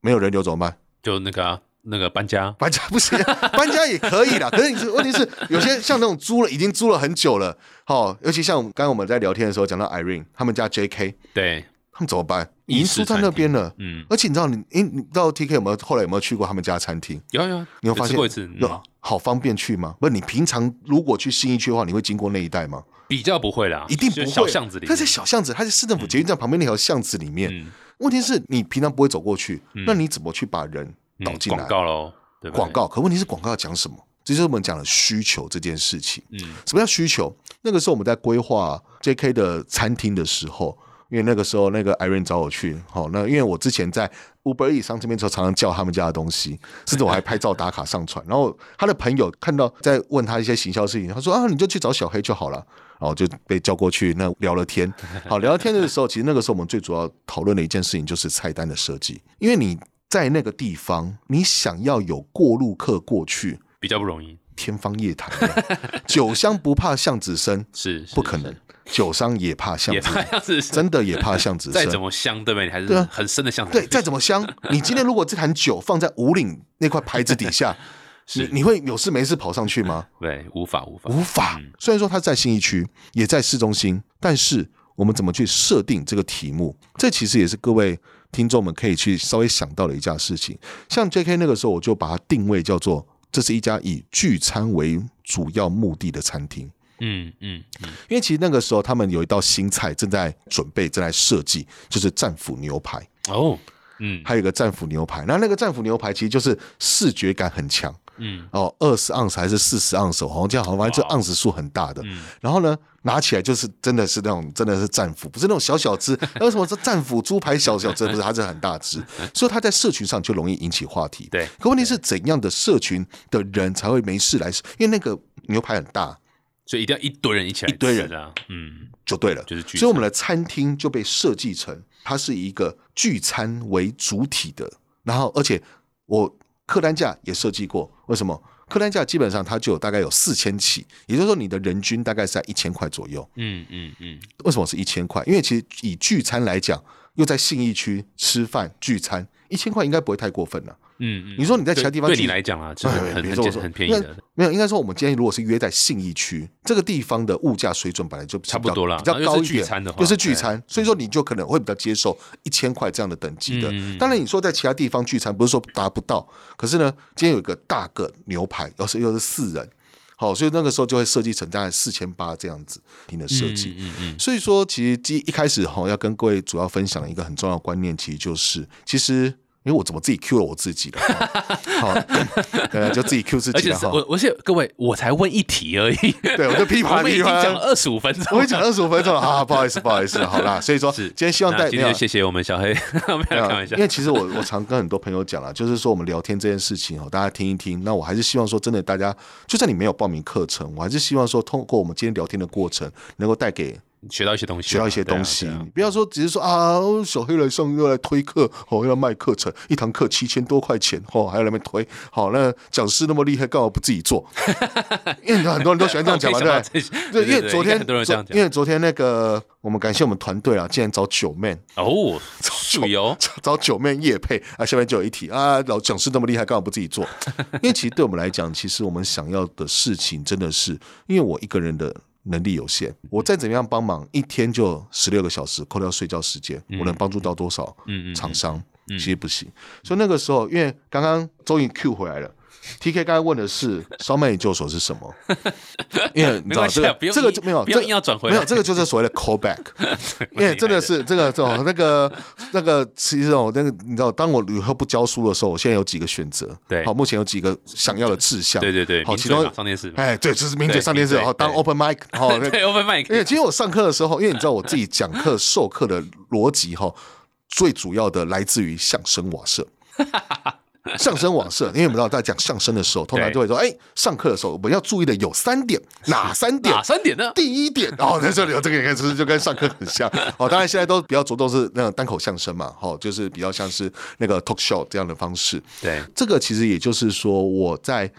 [SPEAKER 3] 没有人流怎么办？
[SPEAKER 2] 就那个啊那个搬家，
[SPEAKER 3] 搬家不行，啊 搬家也可以啦。可是你是问题是，有些像那种租了已经租了很久了，好、尤其像我们刚刚我们在聊天的时候讲到 Irene 他们家 J.K.
[SPEAKER 2] 对，
[SPEAKER 3] 他们怎么办？已经
[SPEAKER 2] 式
[SPEAKER 3] 输在
[SPEAKER 2] 餐
[SPEAKER 3] 那边了。
[SPEAKER 2] 嗯，
[SPEAKER 3] 而且你知道你，诶，你知道 T K 有没有后来有没有去过他们家餐厅？
[SPEAKER 2] 有啊有啊，
[SPEAKER 3] 你有
[SPEAKER 2] 只
[SPEAKER 3] 发
[SPEAKER 2] 吃
[SPEAKER 3] 现
[SPEAKER 2] 过一次，嗯
[SPEAKER 3] 有好方便去吗？不是，你平常如果去新义区的话，你会经过那一带吗？
[SPEAKER 2] 比较不会啦，
[SPEAKER 3] 一定
[SPEAKER 2] 啊就
[SPEAKER 3] 不会。
[SPEAKER 2] 小巷子里
[SPEAKER 3] 它
[SPEAKER 2] 面，
[SPEAKER 3] 在小巷子，它在市政府捷运站旁边那条巷子里面。
[SPEAKER 2] 嗯
[SPEAKER 3] 问题是你平常不会走过去，那你怎么去把人
[SPEAKER 2] 嗯
[SPEAKER 3] 导进来？
[SPEAKER 2] 广告喽，对不对
[SPEAKER 3] 广，告，可问题是广告要讲什么？这就是我们讲的需求这件事情。
[SPEAKER 2] 嗯
[SPEAKER 3] 什么叫需求？那个时候我们在规划 J.K. 的餐厅的时候，因为那个时候那个 Irene 找我去，好、那因为我之前在 Uber E 上这边的时候，常常叫他们家的东西，甚至我还拍照打卡 上传。然后他的朋友看到在问他一些行销事情，他说啊，你就去找小黑就好了。然后就被叫过去，那聊了天。好，聊了天的时候，其实那个时候我们最主要讨论的一件事情就是菜单的设计，因为你在那个地方，你想要有过路客过去，
[SPEAKER 2] 比较不容易，
[SPEAKER 3] 天方夜 谭了。酒香不怕巷子深，
[SPEAKER 2] 是
[SPEAKER 3] 不可，能
[SPEAKER 2] 是，
[SPEAKER 3] 酒商也怕巷
[SPEAKER 2] 也
[SPEAKER 3] 子
[SPEAKER 2] 怕
[SPEAKER 3] 深，
[SPEAKER 2] 样子深，
[SPEAKER 3] 真的也怕巷子
[SPEAKER 2] 再怎
[SPEAKER 3] 深。
[SPEAKER 2] 么香，对不对？你还
[SPEAKER 3] 对
[SPEAKER 2] 是
[SPEAKER 3] 啊
[SPEAKER 2] 很深的巷子，
[SPEAKER 3] 对，再怎么香，你今天如果这坛酒放在五岭那块牌子底 下，你你会有事没事跑上去吗？
[SPEAKER 2] 对，无法无法，嗯
[SPEAKER 3] 无法。虽然说它在信义区，也在市中心，但是我们怎么去设定这个题目？这其实也是各位听众们可以去稍微想到的一件事情。像 J.K. 那个时候，我就把它定位叫做这是一家以聚餐为主要目的的餐厅。
[SPEAKER 2] 嗯嗯嗯，
[SPEAKER 3] 因为其实那个时候他们有一道新菜正在准备，正在设计，就是战斧牛排，
[SPEAKER 2] 哦，嗯
[SPEAKER 3] 还有一个战斧牛排。那那个战斧牛排其实就是视觉感很强
[SPEAKER 2] 嗯
[SPEAKER 3] 哦，二十盎司还是四十盎司，好像这样，好像反正这
[SPEAKER 2] 哇哦
[SPEAKER 3] 盎司数很大的。
[SPEAKER 2] 嗯，
[SPEAKER 3] 然后呢，拿起来就是真的是那种真的是战斧，不是那种小小只。 那为什么说战斧猪排小小只？不是，它是很大只，所以它在社群上就容易引起话题。
[SPEAKER 2] 对
[SPEAKER 3] 可问题是怎样的社群的人才会没事来吃？因为那个牛排很大，
[SPEAKER 2] 所以一定要一堆人一起来，
[SPEAKER 3] 一堆人
[SPEAKER 2] 啊，嗯，
[SPEAKER 3] 就对了。
[SPEAKER 2] 就是聚餐
[SPEAKER 3] 所以我们的餐厅就被设计成它是一个聚餐为主体的，然后而且我客单价也设计过，为什么？客单价基本上它就有大概有四千起，也就是说你的人均大概是在一千块左右。
[SPEAKER 2] 嗯嗯嗯，
[SPEAKER 3] 为什么是一千块？因为其实以聚餐来讲，又在信义区吃饭聚餐，一千块应该不会太过分了、
[SPEAKER 2] 嗯，嗯
[SPEAKER 3] 你说你在其他
[SPEAKER 2] 对
[SPEAKER 3] 地方
[SPEAKER 2] 对
[SPEAKER 3] 去
[SPEAKER 2] 你来讲啊，就是
[SPEAKER 3] 哎
[SPEAKER 2] 很很
[SPEAKER 3] 别
[SPEAKER 2] 很
[SPEAKER 3] 说我
[SPEAKER 2] 简
[SPEAKER 3] 说
[SPEAKER 2] 很便宜
[SPEAKER 3] 应该
[SPEAKER 2] 的，
[SPEAKER 3] 没有，应该说我们今天如果是约在信义区这个地方的物价水准本来就比较
[SPEAKER 2] 差不多啦
[SPEAKER 3] 比较
[SPEAKER 2] 然后又是
[SPEAKER 3] 高一点，
[SPEAKER 2] 聚餐的话
[SPEAKER 3] 又是聚餐，所以说你就可能会比较接受一千块这样的等级的。
[SPEAKER 2] 嗯嗯嗯
[SPEAKER 3] 当然，你说在其他地方聚餐不是说达不到，可是呢，今天有一个大个牛排，要是又是四人，好，所以那个时候就会设计成大概四千八这样子厅的设计。
[SPEAKER 2] 嗯嗯
[SPEAKER 3] 所以说，其实第一一开始哈，要跟各位主要分享的一个很重要的观念，其实就是，其实因为我怎么自己 Q 了我自己了，好， 可能就自己 Q 自
[SPEAKER 2] 而
[SPEAKER 3] 己
[SPEAKER 2] 且
[SPEAKER 3] 了
[SPEAKER 2] 是
[SPEAKER 3] 哈。
[SPEAKER 2] 我，而且各位，我才问一题而已，
[SPEAKER 3] 对，我就 噼
[SPEAKER 2] 我
[SPEAKER 3] 啪
[SPEAKER 2] 们已
[SPEAKER 3] 噼
[SPEAKER 2] 经讲了
[SPEAKER 3] 啪，
[SPEAKER 2] 二十五分
[SPEAKER 3] 我
[SPEAKER 2] 钟
[SPEAKER 3] 已。讲二十五分钟了啊，不好 意思，不好意思，好啦，所以说今天希望
[SPEAKER 2] 那
[SPEAKER 3] 带
[SPEAKER 2] 今
[SPEAKER 3] 没有
[SPEAKER 2] 天
[SPEAKER 3] 啊
[SPEAKER 2] 就谢谢我们小黑， 没有
[SPEAKER 3] 没有啊
[SPEAKER 2] 开玩笑
[SPEAKER 3] 因。为其实我我常跟很多朋友讲了，啊就是说我们聊天这件事情哦，大家听一听。那我还是希望说，真的大家，就算你没有报名课程，我还是希望说，通过我们今天聊天的过程，能够带给
[SPEAKER 2] 学到一些东西嘛，
[SPEAKER 3] 学到一些
[SPEAKER 2] 对啊
[SPEAKER 3] 东西。
[SPEAKER 2] 对啊
[SPEAKER 3] 你不要说只是说啊，小黑来上又来推课，哦，又要卖课程，一堂课七千多块钱，哦，还要来那边推。好，那讲师那么厉害，干嘛不自己做？ 因为很多人都喜欢这样讲嘛，
[SPEAKER 2] 我可以
[SPEAKER 3] 对
[SPEAKER 2] 想
[SPEAKER 3] 不
[SPEAKER 2] 到这些
[SPEAKER 3] 对
[SPEAKER 2] 对
[SPEAKER 3] 对，因
[SPEAKER 2] 对
[SPEAKER 3] 为昨天
[SPEAKER 2] 应该很多人这样
[SPEAKER 3] 昨
[SPEAKER 2] 讲
[SPEAKER 3] 因为昨天那个，我们感谢我们团队啊，竟然找九妹，
[SPEAKER 2] 哦，属油，
[SPEAKER 3] 找九妹叶配啊，下面就有一题啊，老讲师那么厉害，干嘛不自己做？ 因为其实对我们来讲，其实我们想要的事情真的是，因为我一个人的能力有限，我再怎么样帮忙，一天就十六个小时，扣掉睡觉时间，我能帮助到多少
[SPEAKER 2] 嗯嗯嗯
[SPEAKER 3] 厂商？其实不行。所以那个时候，因为刚刚终于 Q 回来了。T K 刚才问的是 烧麦研究所是 什么，因为
[SPEAKER 2] 没
[SPEAKER 3] 你知道
[SPEAKER 2] 关
[SPEAKER 3] 这
[SPEAKER 2] 系啊，
[SPEAKER 3] 个
[SPEAKER 2] 不用
[SPEAKER 3] 这个
[SPEAKER 2] 硬
[SPEAKER 3] 就没有
[SPEAKER 2] 不要
[SPEAKER 3] 这
[SPEAKER 2] 硬要转回来，
[SPEAKER 3] 没有，这个就是所谓的 callback，因为真的是这个这种那个那个，其实哦，那个你知道，当我以后不教书的时候，我现在有几个选择，
[SPEAKER 2] 对
[SPEAKER 3] 好，目前有几个想要的志向，
[SPEAKER 2] 对对对，
[SPEAKER 3] 好，
[SPEAKER 2] 名
[SPEAKER 3] 其
[SPEAKER 2] 嘴
[SPEAKER 3] 中
[SPEAKER 2] 嘛上电视嘛，
[SPEAKER 3] 哎，对，就是名嘴
[SPEAKER 2] 对
[SPEAKER 3] 上电视，
[SPEAKER 2] 名嘴
[SPEAKER 3] 好，当
[SPEAKER 2] 对
[SPEAKER 3] open mic，好，那
[SPEAKER 2] 对，open mic，
[SPEAKER 3] 因为今天我上课的时候，因为你知道我自己讲课授课的逻辑哈，最主要的来自于相声瓦 舍。相声瓦舍，因为我们知道在讲相声的时候，通常
[SPEAKER 2] 对
[SPEAKER 3] 就会说，哎，上课的时候我们要注意的有三点，哪三点
[SPEAKER 2] 哪？三点呢？
[SPEAKER 3] 第一点，哦，那这里有这个应该是就跟上课很像哦。当然，现在都比较着重是那种单口相声嘛，哦，就是比较像是那个 talk show 这样的方式。
[SPEAKER 2] 对，
[SPEAKER 3] 这个其实也就是说，我在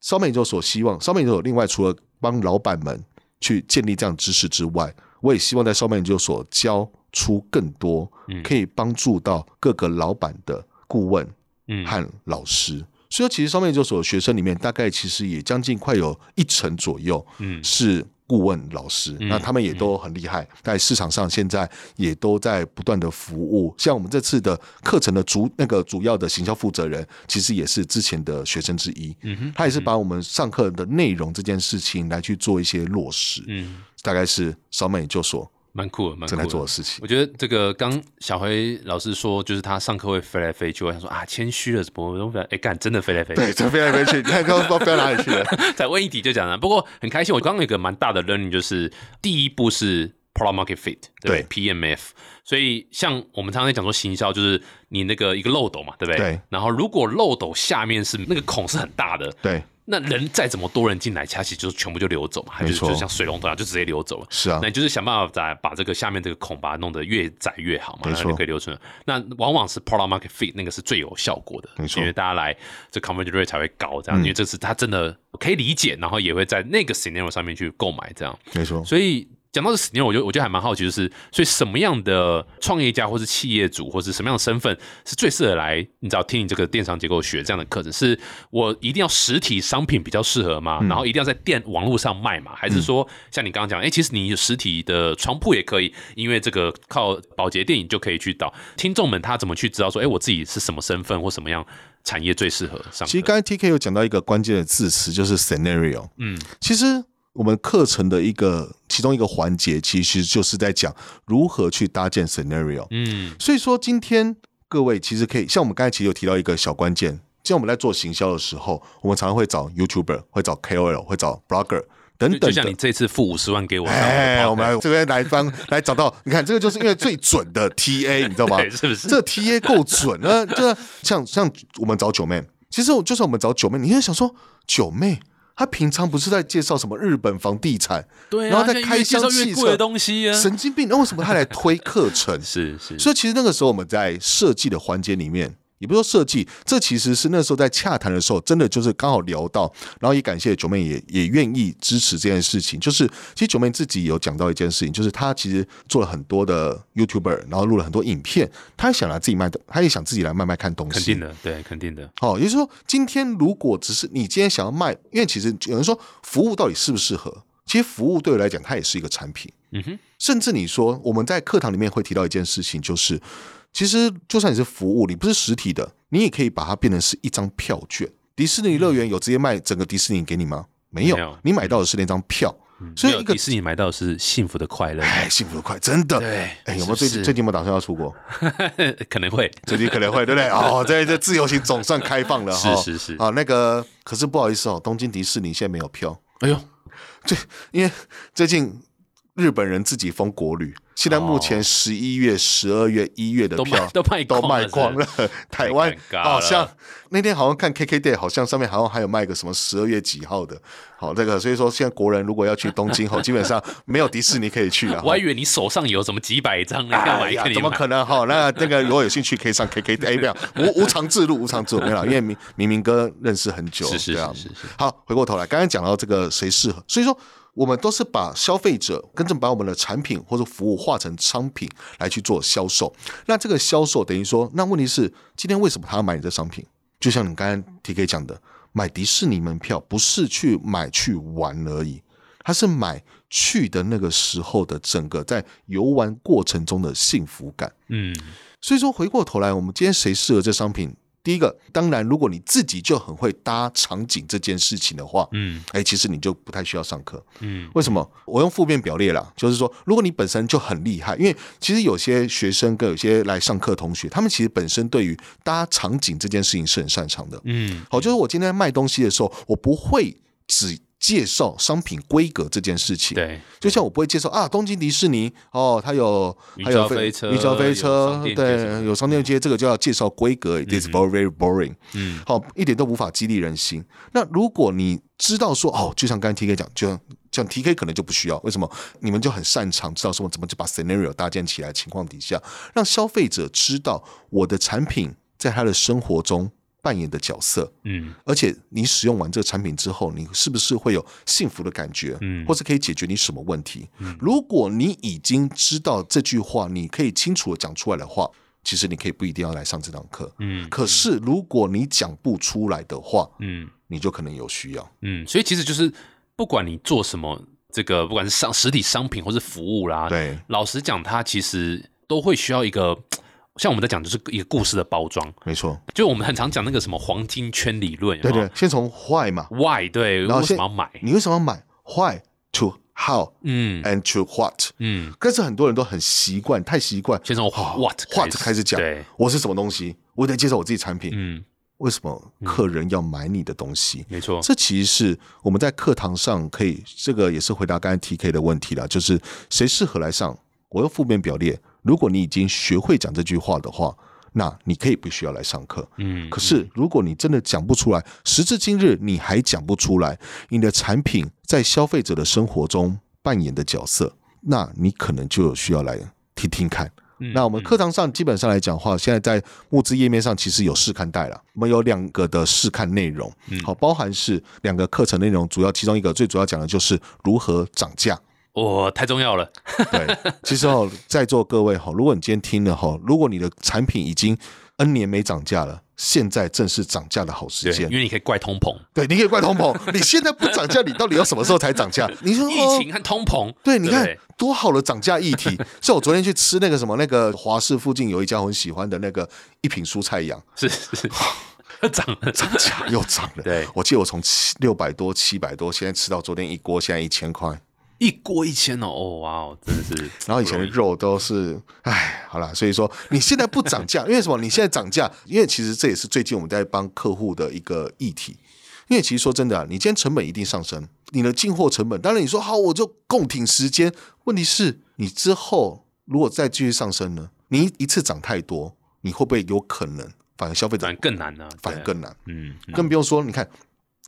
[SPEAKER 3] 烧麦研究所希望烧麦研究所另外除了帮老板们去建立这样的知识之外，我也希望在烧麦研究所教出更多可以帮助到各个老板的顾问
[SPEAKER 2] 嗯
[SPEAKER 3] 和老师。所以其实烧麦研究所的学生里面，大概其实也将近快有一成左右，
[SPEAKER 2] 嗯
[SPEAKER 3] 是顾问老师，那他们也都很厉害，在市场上现在也都在不断的服务。像我们这次的课程的主那个主要的行销负责人，其实也是之前的学生之一，嗯、他也是把我们上课的内容这件事情来去做一些落实，
[SPEAKER 2] 嗯，
[SPEAKER 3] 大概是小美就说
[SPEAKER 2] 蛮酷的，蛮酷
[SPEAKER 3] 正在
[SPEAKER 2] 的。
[SPEAKER 3] 做的事情。
[SPEAKER 2] 我觉得这个刚小辉老师说，就是他上课会飞来飞去，我想说啊，谦虚了，怎么我哎干真的飞来飞去，
[SPEAKER 3] 对，这飞来飞去， 你看刚刚不知道飞到哪里去了。
[SPEAKER 2] 才问一题就讲了。不过很开心，我刚刚有一个蛮大的 learning，就是第一步是 product market fit，
[SPEAKER 3] 对
[SPEAKER 2] PMF。所以像我们常常在讲说行销，就是你那个一个漏斗嘛，对不对？
[SPEAKER 3] 对。
[SPEAKER 2] 然后如果漏斗下面是那个孔是很大的，
[SPEAKER 3] 对，
[SPEAKER 2] 那人再怎么多人进来，其实就是全部就流走嘛，它就
[SPEAKER 3] 没错
[SPEAKER 2] 就像水龙头一样，就直接流走了。
[SPEAKER 3] 是啊
[SPEAKER 2] 那，你就是想办法把把这个下面这个孔把它弄得越窄越好嘛，
[SPEAKER 3] 没
[SPEAKER 2] 然
[SPEAKER 3] 错
[SPEAKER 2] 后就可以留存。那往往是 product market fit 那个是最有效果的，
[SPEAKER 3] 没错嗯
[SPEAKER 2] 因为大家来这 conversion rate 才会高，这样，因为这是他真的可以理解，然后也会在那个 scenario 上面去购买这样。
[SPEAKER 3] 没错。
[SPEAKER 2] 所以讲到这 scenario，我就我就还蛮好奇，就是所以什么样的创业家或是企业主，或是什么样的身份是最适合来你知道听你这个电商结构学这样的课程？是我一定要实体商品比较适合吗？然后一定要在电网络上卖吗？还是说像你刚刚讲，哎、其实你有实体的床铺也可以，因为这个靠保洁电影就可以去导听众们他怎么去知道说，哎、我自己是什么身份或什么样产业最适合上课？
[SPEAKER 3] 其实刚才 T K 有讲到一个关键的字词，就是 scenario。
[SPEAKER 2] 嗯，
[SPEAKER 3] 其实我们课程的一个其中一个环节，其实就是在讲如何去搭建 scenario。
[SPEAKER 2] 嗯
[SPEAKER 3] 所以说，今天各位其实可以，像我们刚才其实有提到一个小关键，像我们在做行销的时候，我们常常会找 YouTuber，会找 KOL，会找 Blogger 等
[SPEAKER 2] 就
[SPEAKER 3] 等
[SPEAKER 2] 就像你
[SPEAKER 3] 的。
[SPEAKER 2] 这次付五十万给我，
[SPEAKER 3] 哎，
[SPEAKER 2] 上
[SPEAKER 3] 我
[SPEAKER 2] 的 podcast
[SPEAKER 3] 们来这边来帮来找到，你看这个就是因为最准的 TA，你知道吗？
[SPEAKER 2] 对是不是？
[SPEAKER 3] 这 TA 够准那 这像像我们找九妹，其实我就算我们找九妹，你会想说九妹，她平常不是在介绍什么日本房地产，
[SPEAKER 2] 对啊，
[SPEAKER 3] 然后再
[SPEAKER 2] 现在
[SPEAKER 3] 开
[SPEAKER 2] 越介
[SPEAKER 3] 箱
[SPEAKER 2] 绍
[SPEAKER 3] 汽
[SPEAKER 2] 越
[SPEAKER 3] 车
[SPEAKER 2] 贵的东西啊，？
[SPEAKER 3] 神经病，那为什么她来推课程
[SPEAKER 2] 是是，
[SPEAKER 3] 所以其实那个时候我们在设计的环节里面，也不是说设计，这其实是那时候在洽谈的时候，真的就是刚好聊到，然后也感谢九妹也也愿意支持这件事情。就是其实九妹自己有讲到一件事情，就是她其实做了很多的 YouTuber，然后录了很多影片，她也想来自己卖的，她也想自己来卖卖看东西。
[SPEAKER 2] 肯定的，对，肯定的，
[SPEAKER 3] 哦，也就是说，今天如果只是你今天想要卖，因为其实有人说服务到底适不适合，其实服务对我来讲，它也是一个产品。
[SPEAKER 2] 嗯哼，
[SPEAKER 3] 甚至你说我们在课堂里面会提到一件事情，就是其实就算你是服务，你不是实体的，你也可以把它变成是一张票券。迪士尼乐园有直接卖整个迪士尼给你吗？没
[SPEAKER 2] 嗯
[SPEAKER 3] 有，
[SPEAKER 2] 没有嗯
[SPEAKER 3] 你买到的是那张票。所
[SPEAKER 2] 没
[SPEAKER 3] 以
[SPEAKER 2] 有
[SPEAKER 3] 一个
[SPEAKER 2] 迪士尼买到的是幸福的快 乐，
[SPEAKER 3] 哎，幸福的快，真的。
[SPEAKER 2] 对
[SPEAKER 3] 哎，有
[SPEAKER 2] 是
[SPEAKER 3] 没
[SPEAKER 2] 不
[SPEAKER 3] 有最
[SPEAKER 2] 是
[SPEAKER 3] 近最近有没有打算要出国？
[SPEAKER 2] 可能会
[SPEAKER 3] 最近可能会，对不对？哦，这这自由行总算开放了 哈。
[SPEAKER 2] 是是是
[SPEAKER 3] 啊，那个可是不好意思哦，东京迪士尼现在没有票，
[SPEAKER 2] 哎呦，
[SPEAKER 3] 因为 最近日本人自己封国旅，现在目前十一月、十二月、一月的
[SPEAKER 2] 哦都卖
[SPEAKER 3] 票
[SPEAKER 2] 都卖
[SPEAKER 3] 都
[SPEAKER 2] 光了
[SPEAKER 3] 卖光了。台湾
[SPEAKER 2] 太尴尬了
[SPEAKER 3] 好像那天好像看 KKday，好像上面好像还有卖个什么十二月几号的，好这个所以说现在国人如果要去东京吼，基本上没有迪士尼可以去了。
[SPEAKER 2] 我还以为你手上有什么几百张呢，要
[SPEAKER 3] 哎
[SPEAKER 2] 买
[SPEAKER 3] 呀
[SPEAKER 2] 给，你
[SPEAKER 3] 怎么
[SPEAKER 2] 买
[SPEAKER 3] 可能哈？那那个如果有兴趣，可以上 KK 哎，没有无无偿自录，无偿自录没有啦，因为明明明哥认识很久，
[SPEAKER 2] 是是
[SPEAKER 3] 对啊
[SPEAKER 2] 是是是
[SPEAKER 3] 好，回过头来，刚刚讲到这个谁适合，所以说我们都是把消费者跟正把我们的产品或者服务化成商品来去做销售。那这个销售等于说，那问题是今天为什么他要买你这商品？就像你刚刚 T K 讲的，买迪士尼门票不是去买去玩而已，他是买去的那个时候的整个在游玩过程中的幸福感。
[SPEAKER 2] 嗯，
[SPEAKER 3] 所以说，回过头来，我们今天谁适合这商品？第一个，当然，如果你自己就很会搭场景这件事情的话，
[SPEAKER 2] 嗯，
[SPEAKER 3] 哎，其实你就不太需要上课。
[SPEAKER 2] 嗯，
[SPEAKER 3] 为什么？我用负面表列啦，就是说，如果你本身就很厉害，因为其实有些学生跟有些来上课的同学，他们其实本身对于搭场景这件事情是很擅长的。
[SPEAKER 2] 嗯，
[SPEAKER 3] 好，就是我今天卖东西的时候，我不会只介绍商品规格这件事情。
[SPEAKER 2] 对，
[SPEAKER 3] 就像我不会介绍啊，东京迪士尼哦，它有
[SPEAKER 2] 云
[SPEAKER 3] 还有
[SPEAKER 2] 霄飞车
[SPEAKER 3] 云霄飞
[SPEAKER 2] 有
[SPEAKER 3] 车
[SPEAKER 2] 商，店街什么
[SPEAKER 3] 对，
[SPEAKER 2] 的
[SPEAKER 3] 有商店街，这个就要介绍规格，this very boring，
[SPEAKER 2] 嗯，
[SPEAKER 3] 好，一点都无法激励人心。那如果你知道说哦，就像刚才 T K 讲，就像像 T K 可能就不需要，为什么？你们就很擅长知道说我怎么就把 scenario 搭建起来，情况底下让消费者知道我的产品在他的生活中扮演的角色，
[SPEAKER 2] 嗯
[SPEAKER 3] 而且你使用完这个产品之后，你是不是会有幸福的感觉？
[SPEAKER 2] 嗯
[SPEAKER 3] 或是可以解决你什么问题？如果你已经知道这句话，你可以清楚的讲出来的话，其实你可以不一定要来上这堂课。
[SPEAKER 2] 嗯
[SPEAKER 3] 可是如果你讲不出来的话，
[SPEAKER 2] 嗯
[SPEAKER 3] 你就可能有需要。
[SPEAKER 2] 嗯，所以其实就是不管你做什么。这个不管是商实体商品或是服务啦，
[SPEAKER 3] 对，
[SPEAKER 2] 老实讲，它其实都会需要一个，像我们在讲，就是一个故事的包装。
[SPEAKER 3] 没错，
[SPEAKER 2] 就我们很常讲那个什么黄金圈理论，有
[SPEAKER 3] 对
[SPEAKER 2] 没有
[SPEAKER 3] 对，先从 why 嘛，
[SPEAKER 2] ，why 对，
[SPEAKER 3] 然后
[SPEAKER 2] 为什
[SPEAKER 3] 先
[SPEAKER 2] 么要买？
[SPEAKER 3] 你为什么要买 why to how
[SPEAKER 2] 嗯
[SPEAKER 3] and to what？
[SPEAKER 2] 嗯，
[SPEAKER 3] 但是很多人都很习惯，太习惯
[SPEAKER 2] 先从
[SPEAKER 3] 哦
[SPEAKER 2] what
[SPEAKER 3] what 开始讲
[SPEAKER 2] 对，
[SPEAKER 3] 我是什么东西，我得介绍我自己产品，
[SPEAKER 2] 嗯，
[SPEAKER 3] 为什么客人要买你的东西？
[SPEAKER 2] 没错，
[SPEAKER 3] 这其实是我们在课堂上可以，这个也是回答刚才 T K 的问题了，就是谁适合来上？我用负面表列，如果你已经学会讲这句话的话，那你可以不需要来上课。
[SPEAKER 2] 嗯，
[SPEAKER 3] 可是如果你真的讲不出来，时至今日你还讲不出来，你的产品在消费者的生活中扮演的角色，那你可能就有需要来听听看。
[SPEAKER 2] 嗯
[SPEAKER 3] 那我
[SPEAKER 2] 嗯
[SPEAKER 3] 们课堂上基本上来讲的话，现在在募资页面上其实有试看带了，我们有两个的试看内容，
[SPEAKER 2] 嗯
[SPEAKER 3] 好，包含是两个课程内容，主要其中一个最主要讲的就是如何涨价。
[SPEAKER 2] 哇，哦太重要了，
[SPEAKER 3] 对，其实哦，在座各位哈，如果你今天听了哈，如果你的产品已经 N 年没涨价了，现在正是哦涨价的好时
[SPEAKER 2] 对，
[SPEAKER 3] 间
[SPEAKER 2] 因。为你可以怪通膨、
[SPEAKER 3] 对，你可以怪通膨， 你现在不涨价，你到底要什么时候才涨价？你说
[SPEAKER 2] 疫
[SPEAKER 3] 哦
[SPEAKER 2] 情和通膨，
[SPEAKER 3] 对，你看
[SPEAKER 2] 对
[SPEAKER 3] 多好的涨价议题。 像我昨天去吃那个什么，那个华氏附近有一家我很喜欢的那个一品蔬菜羊，
[SPEAKER 2] 是是 涨了，
[SPEAKER 3] 涨价 又涨了。
[SPEAKER 2] 对
[SPEAKER 3] 我记得我从七六百多、七百多，现在吃到昨天一锅，现在一千块。
[SPEAKER 2] 一锅一千哦，哦哇哦，真的是，
[SPEAKER 3] 然后以前的肉都是，唉，好啦，所以说你现在不涨价， 因为什么？你现在涨价，因为其实这也是最近我们在帮客户的一个议题。因为其实说真的啊，你今天成本一定上升，你的进货成本，当然你说好，我就共挺时间。问题是，你之后如果再继续上升呢？你一一次涨太多，你会不会有可能反而消费者
[SPEAKER 2] 反而更难呢、啊，
[SPEAKER 3] 反而
[SPEAKER 2] 对，
[SPEAKER 3] 更难？
[SPEAKER 2] 嗯，嗯
[SPEAKER 3] 更不用说，你看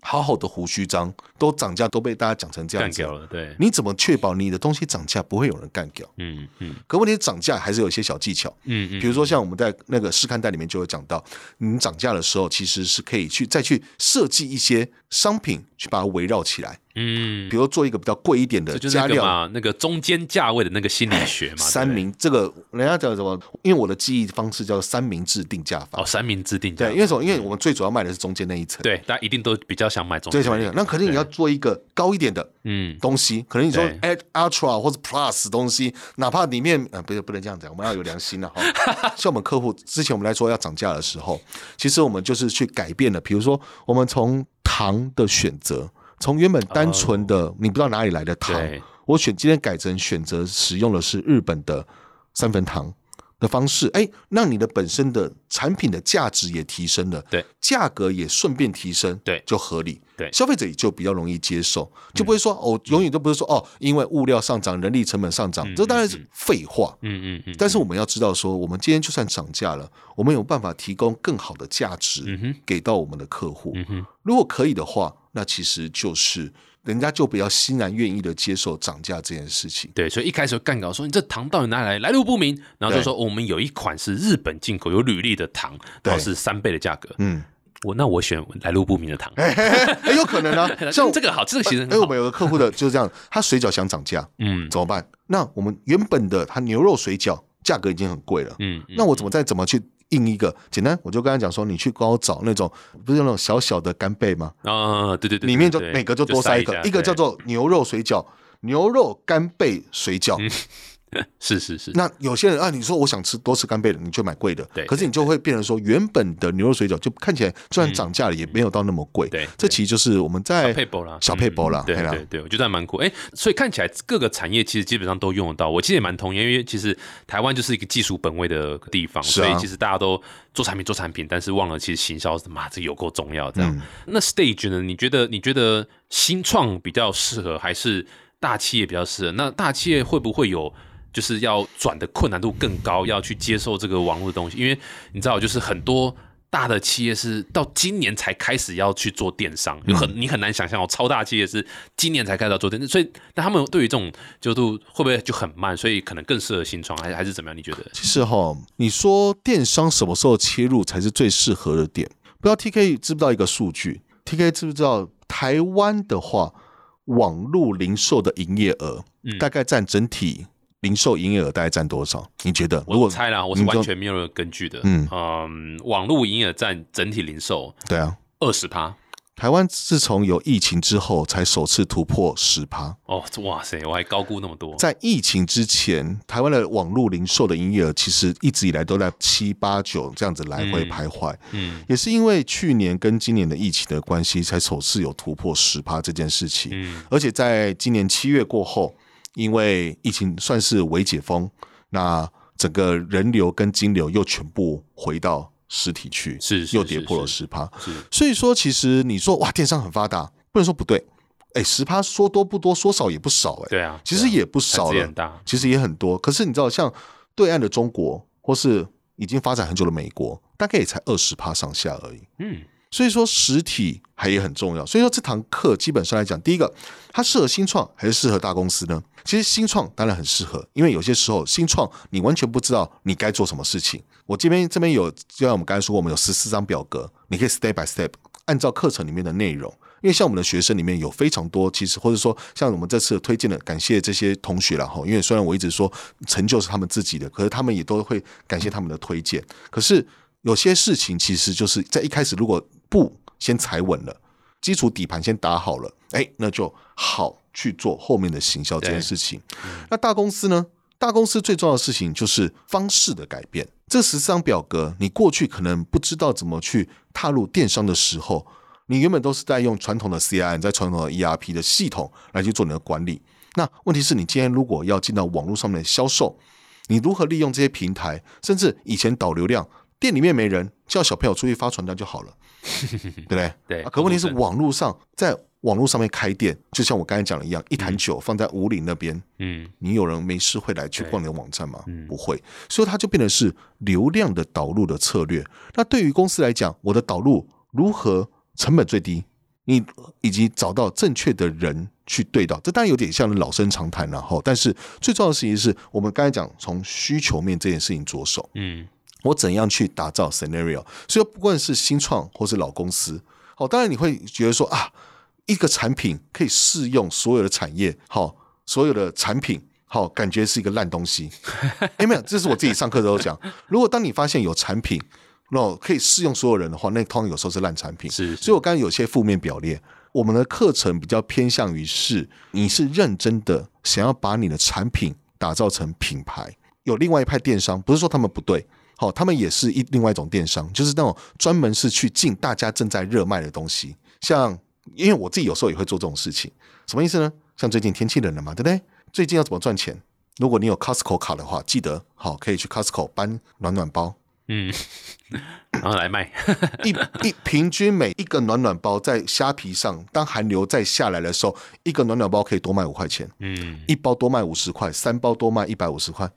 [SPEAKER 3] 好好的胡须章都涨价，都被大家讲成这样
[SPEAKER 2] 干
[SPEAKER 3] 子
[SPEAKER 2] 掉，了，对，
[SPEAKER 3] 你怎么确保你的东西涨价不会有人干掉？
[SPEAKER 2] 嗯嗯
[SPEAKER 3] 可问题是涨价还是有一些小技巧，
[SPEAKER 2] 嗯嗯，
[SPEAKER 3] 比如说像我们在那个试看带里面就有讲到，你涨价的时候其实是可以去再去设计一些商品去把它围绕起来，
[SPEAKER 2] 嗯
[SPEAKER 3] 比，如做一个比较贵一点的
[SPEAKER 2] 这就是那
[SPEAKER 3] 加
[SPEAKER 2] 个
[SPEAKER 3] 料。
[SPEAKER 2] 嘛，那个中间价位的那个心理学嘛，
[SPEAKER 3] 三
[SPEAKER 2] 对不对
[SPEAKER 3] 明这个人家讲什么？因为我的记忆方式叫三明治定价法
[SPEAKER 2] 哦，。三明治定价，
[SPEAKER 3] 对，因为什么？因为我们最主要卖的是中间那一层。
[SPEAKER 2] 对大家一定都比较想买中
[SPEAKER 3] 最
[SPEAKER 2] 间
[SPEAKER 3] 喜欢那个，那肯定你要做一个高一点的
[SPEAKER 2] 嗯，
[SPEAKER 3] 东西，可能你说
[SPEAKER 2] 对
[SPEAKER 3] add ultra 或者 plus 东西，哪怕里面呃不是不能这样讲，我们要有良心了、啊 哈。像我们客户之前我们来说要涨价的时候，其实我们就是去改变了，比如说我们从糖的选择，从原本单纯的、你不知道哪里来的糖，
[SPEAKER 2] 哦对，
[SPEAKER 3] 我选今天改成选择使用的是日本的三分糖的方式，哎，让你的本身的产品的价值也提升了，
[SPEAKER 2] 对，
[SPEAKER 3] 价格也顺便提升，
[SPEAKER 2] 对
[SPEAKER 3] 就合理，
[SPEAKER 2] 对嗯
[SPEAKER 3] 消费者也就比较容易接受，就不会说哦，永远都不是说哦，因为物料上涨、人力成本上涨，这当然是废话。
[SPEAKER 2] 嗯嗯嗯嗯，
[SPEAKER 3] 但是我们要知道说，我们今天就算涨价了，我们有办法提供更好的价
[SPEAKER 2] 嗯
[SPEAKER 3] 值
[SPEAKER 2] 哼
[SPEAKER 3] 给到我们的客户。
[SPEAKER 2] 嗯哼，
[SPEAKER 3] 如果可以的话，那其实就是人家就比较欣然愿意的接受涨价这件事情。
[SPEAKER 2] 对，所以一开始就干搞说你这糖到底哪里来，来路不明，然后就说、哦我们有一款是日本进口有履历的糖，然后
[SPEAKER 3] 对
[SPEAKER 2] 是三倍的价格，
[SPEAKER 3] 嗯，
[SPEAKER 2] 我那我选来路不明的 糖，
[SPEAKER 3] 哎、哎有可能 啊，像
[SPEAKER 2] 像这个好，这个其实
[SPEAKER 3] 哎，
[SPEAKER 2] 很
[SPEAKER 3] 我
[SPEAKER 2] 好，
[SPEAKER 3] 们有个客户的就是这样，他水饺想涨价
[SPEAKER 2] 嗯
[SPEAKER 3] 怎么办？那我们原本的他牛肉水饺价格已经很贵了，
[SPEAKER 2] 嗯，嗯
[SPEAKER 3] 那我怎么再怎么去印一个简单？我就跟他讲说，你去帮我找那种不是那种小小的干贝吗？
[SPEAKER 2] 啊对对对，
[SPEAKER 3] 里面就
[SPEAKER 2] 对对
[SPEAKER 3] 每个就多塞一
[SPEAKER 2] 下
[SPEAKER 3] 个，一个叫
[SPEAKER 2] 对
[SPEAKER 3] 做牛肉水饺。牛肉干贝水饺，
[SPEAKER 2] 是是是，
[SPEAKER 3] 那有些人啊，你说我想吃多吃干贝的，你就买贵的。
[SPEAKER 2] 对
[SPEAKER 3] 可是你就会变成说，原本的牛肉水饺就看起来虽然涨价了，也没有到那么贵。
[SPEAKER 2] 对
[SPEAKER 3] 这其实就是我们在
[SPEAKER 2] 配博啦，
[SPEAKER 3] 小配博啦
[SPEAKER 2] 嗯对
[SPEAKER 3] 嘿啦嗯
[SPEAKER 2] 对对，我觉得还蛮酷。哎，所以看起来各个产业其实基本上都用得到。我其实也蛮同意，因为其实台湾就是一个技术本位的地方，
[SPEAKER 3] 是啊
[SPEAKER 2] 所以其实大家都做产品做产品，但是忘了其实行销是嘛，这有够重要。这样，那 stage 呢？你觉得你觉得新创比较适合，还是大企业比较适合？那大企业会不会有？就是要转的困难度更高，要去接受这个网络的东西，因为你知道，就是很多大的企业是到今年才开始要去做电商，有
[SPEAKER 3] 嗯
[SPEAKER 2] 很你很难想象哦，超大企业是今年才开始要做电，所以那他们对于这种就度会不会就很慢，所以可能更适合新创，还还是怎么样？你觉得？
[SPEAKER 3] 其实哈，你说电商什么时候切入才是最适合的点？不知道 T K 知不知道一个数据？T K 知不知道台湾的话，网络零售的营业额、
[SPEAKER 2] 嗯
[SPEAKER 3] 大概占整体零售营业额大概占多少？你觉得？如
[SPEAKER 2] 我
[SPEAKER 3] 果
[SPEAKER 2] 猜啦，我是
[SPEAKER 3] 你
[SPEAKER 2] 完
[SPEAKER 3] 就
[SPEAKER 2] 全没有根据的。
[SPEAKER 3] 嗯
[SPEAKER 2] 嗯网络营业占整体零售
[SPEAKER 3] 对啊，
[SPEAKER 2] 二十趴，
[SPEAKER 3] 台湾自从有疫情之后，才首次突破十趴。
[SPEAKER 2] 哦，哇塞，我还高估那么多。
[SPEAKER 3] 在疫情之前，台湾的网络零售的营业额其实一直以来都在七八九这样子来回徘徊，
[SPEAKER 2] 嗯
[SPEAKER 3] 也是因为去年跟今年的疫情的关系，才首次有突破十趴这件事情。
[SPEAKER 2] 嗯
[SPEAKER 3] 而且在今年七月过后，因为疫情算是微解封，那整个人流跟金流又全部回到实体去，
[SPEAKER 2] 是是
[SPEAKER 3] 又跌破了
[SPEAKER 2] 是
[SPEAKER 3] 十趴。
[SPEAKER 2] 是
[SPEAKER 3] 所以说，其实你说哇，电商很发达，不能说不对。哎，十趴说多不多，说少也不少哎、
[SPEAKER 2] 对啊，
[SPEAKER 3] 其实也不
[SPEAKER 2] 对啊
[SPEAKER 3] 少
[SPEAKER 2] 产值也
[SPEAKER 3] 了
[SPEAKER 2] 很，大。
[SPEAKER 3] 其实也很多。可是你知道，像对岸的中国，或是已经发展很久的美国，大概也才二十趴上下而已。
[SPEAKER 2] 嗯
[SPEAKER 3] 所以说实体还也很重要。所以说这堂课基本上来讲，第一个，它适合新创还是适合大公司呢？其实新创当然很适合，因为有些时候新创你完全不知道你该做什么事情。我这边这边有，就像我们刚才说过，我们有十四张表格，你可以 step by step 按照课程里面的内容。因为像我们的学生里面有非常多，其实或者说像我们这次推荐的，感谢这些同学了哈。因为虽然我一直说成就是他们自己的，可是他们也都会感谢他们的推荐。可是有些事情其实就是在一开始如果不先踩稳了，基础底盘先打好了，哎，那就好去做后面的行销这件事情。那大公司呢？大公司最重要的事情就是方式的改变。这十张表格，你过去可能不知道怎么去踏入电商的时候，你原本都是在用传统的 CRM，在传统的 ERP 的系统来去做你的管理。那问题是你今天如果要进到网络上面的销售，你如何利用这些平台，甚至以前导流量，店里面没人，叫小朋友出去发传单就好了，对不对？
[SPEAKER 2] 对
[SPEAKER 3] 啊可问题是
[SPEAKER 2] 网
[SPEAKER 3] 网络上，在网络上面开店，就像我刚才讲的一样，一坛酒放在五岭那边，
[SPEAKER 2] 嗯
[SPEAKER 3] 你有人没事会来去
[SPEAKER 2] 对
[SPEAKER 3] 逛你的网站吗？
[SPEAKER 2] 嗯
[SPEAKER 3] 不会，所以它就变成是流量的导入的策略。那对于公司来讲，我的导入如何成本最低，你以及找到正确的人去对到，这当然有点像老生常谈了哈。但是最重要的事情是我们刚才讲从需求面这件事情着手。
[SPEAKER 2] 嗯
[SPEAKER 3] 我怎样去打造 scenario？所以不管是新创或是老公司，好、当然你会觉得说啊，一个产品可以适用所有的产业，好、所有的产品，好、感觉是一个烂东西。哎，没有，这是我自己上课的时候讲。如果当你发现有产品，那可以适用所有人的话，那通常有时候是烂产品。
[SPEAKER 2] 是，
[SPEAKER 3] 所以我刚才有些负面表列。我们的课程比较偏向于是，你是认真的想要把你的产品打造成品牌。有另外一派电商，不是说他们不对，好、他们也是一另外一种电商，就是那种专门是去进大家正在热卖的东西。像，因为我自己有时候也会做这种事情，什么意思呢？像最近天气冷了嘛，对不对？最近要怎么赚钱？如果你有 Costco 卡的话，记得好、可以去 Costco 搬暖暖包，
[SPEAKER 2] 嗯，然后来卖，
[SPEAKER 3] 一 一平均每一个暖暖包在虾皮上，当寒流再下来的时候，一个暖暖包可以多卖五块钱，
[SPEAKER 2] 嗯，
[SPEAKER 3] 一包多卖五十块，三包多卖一百五十块，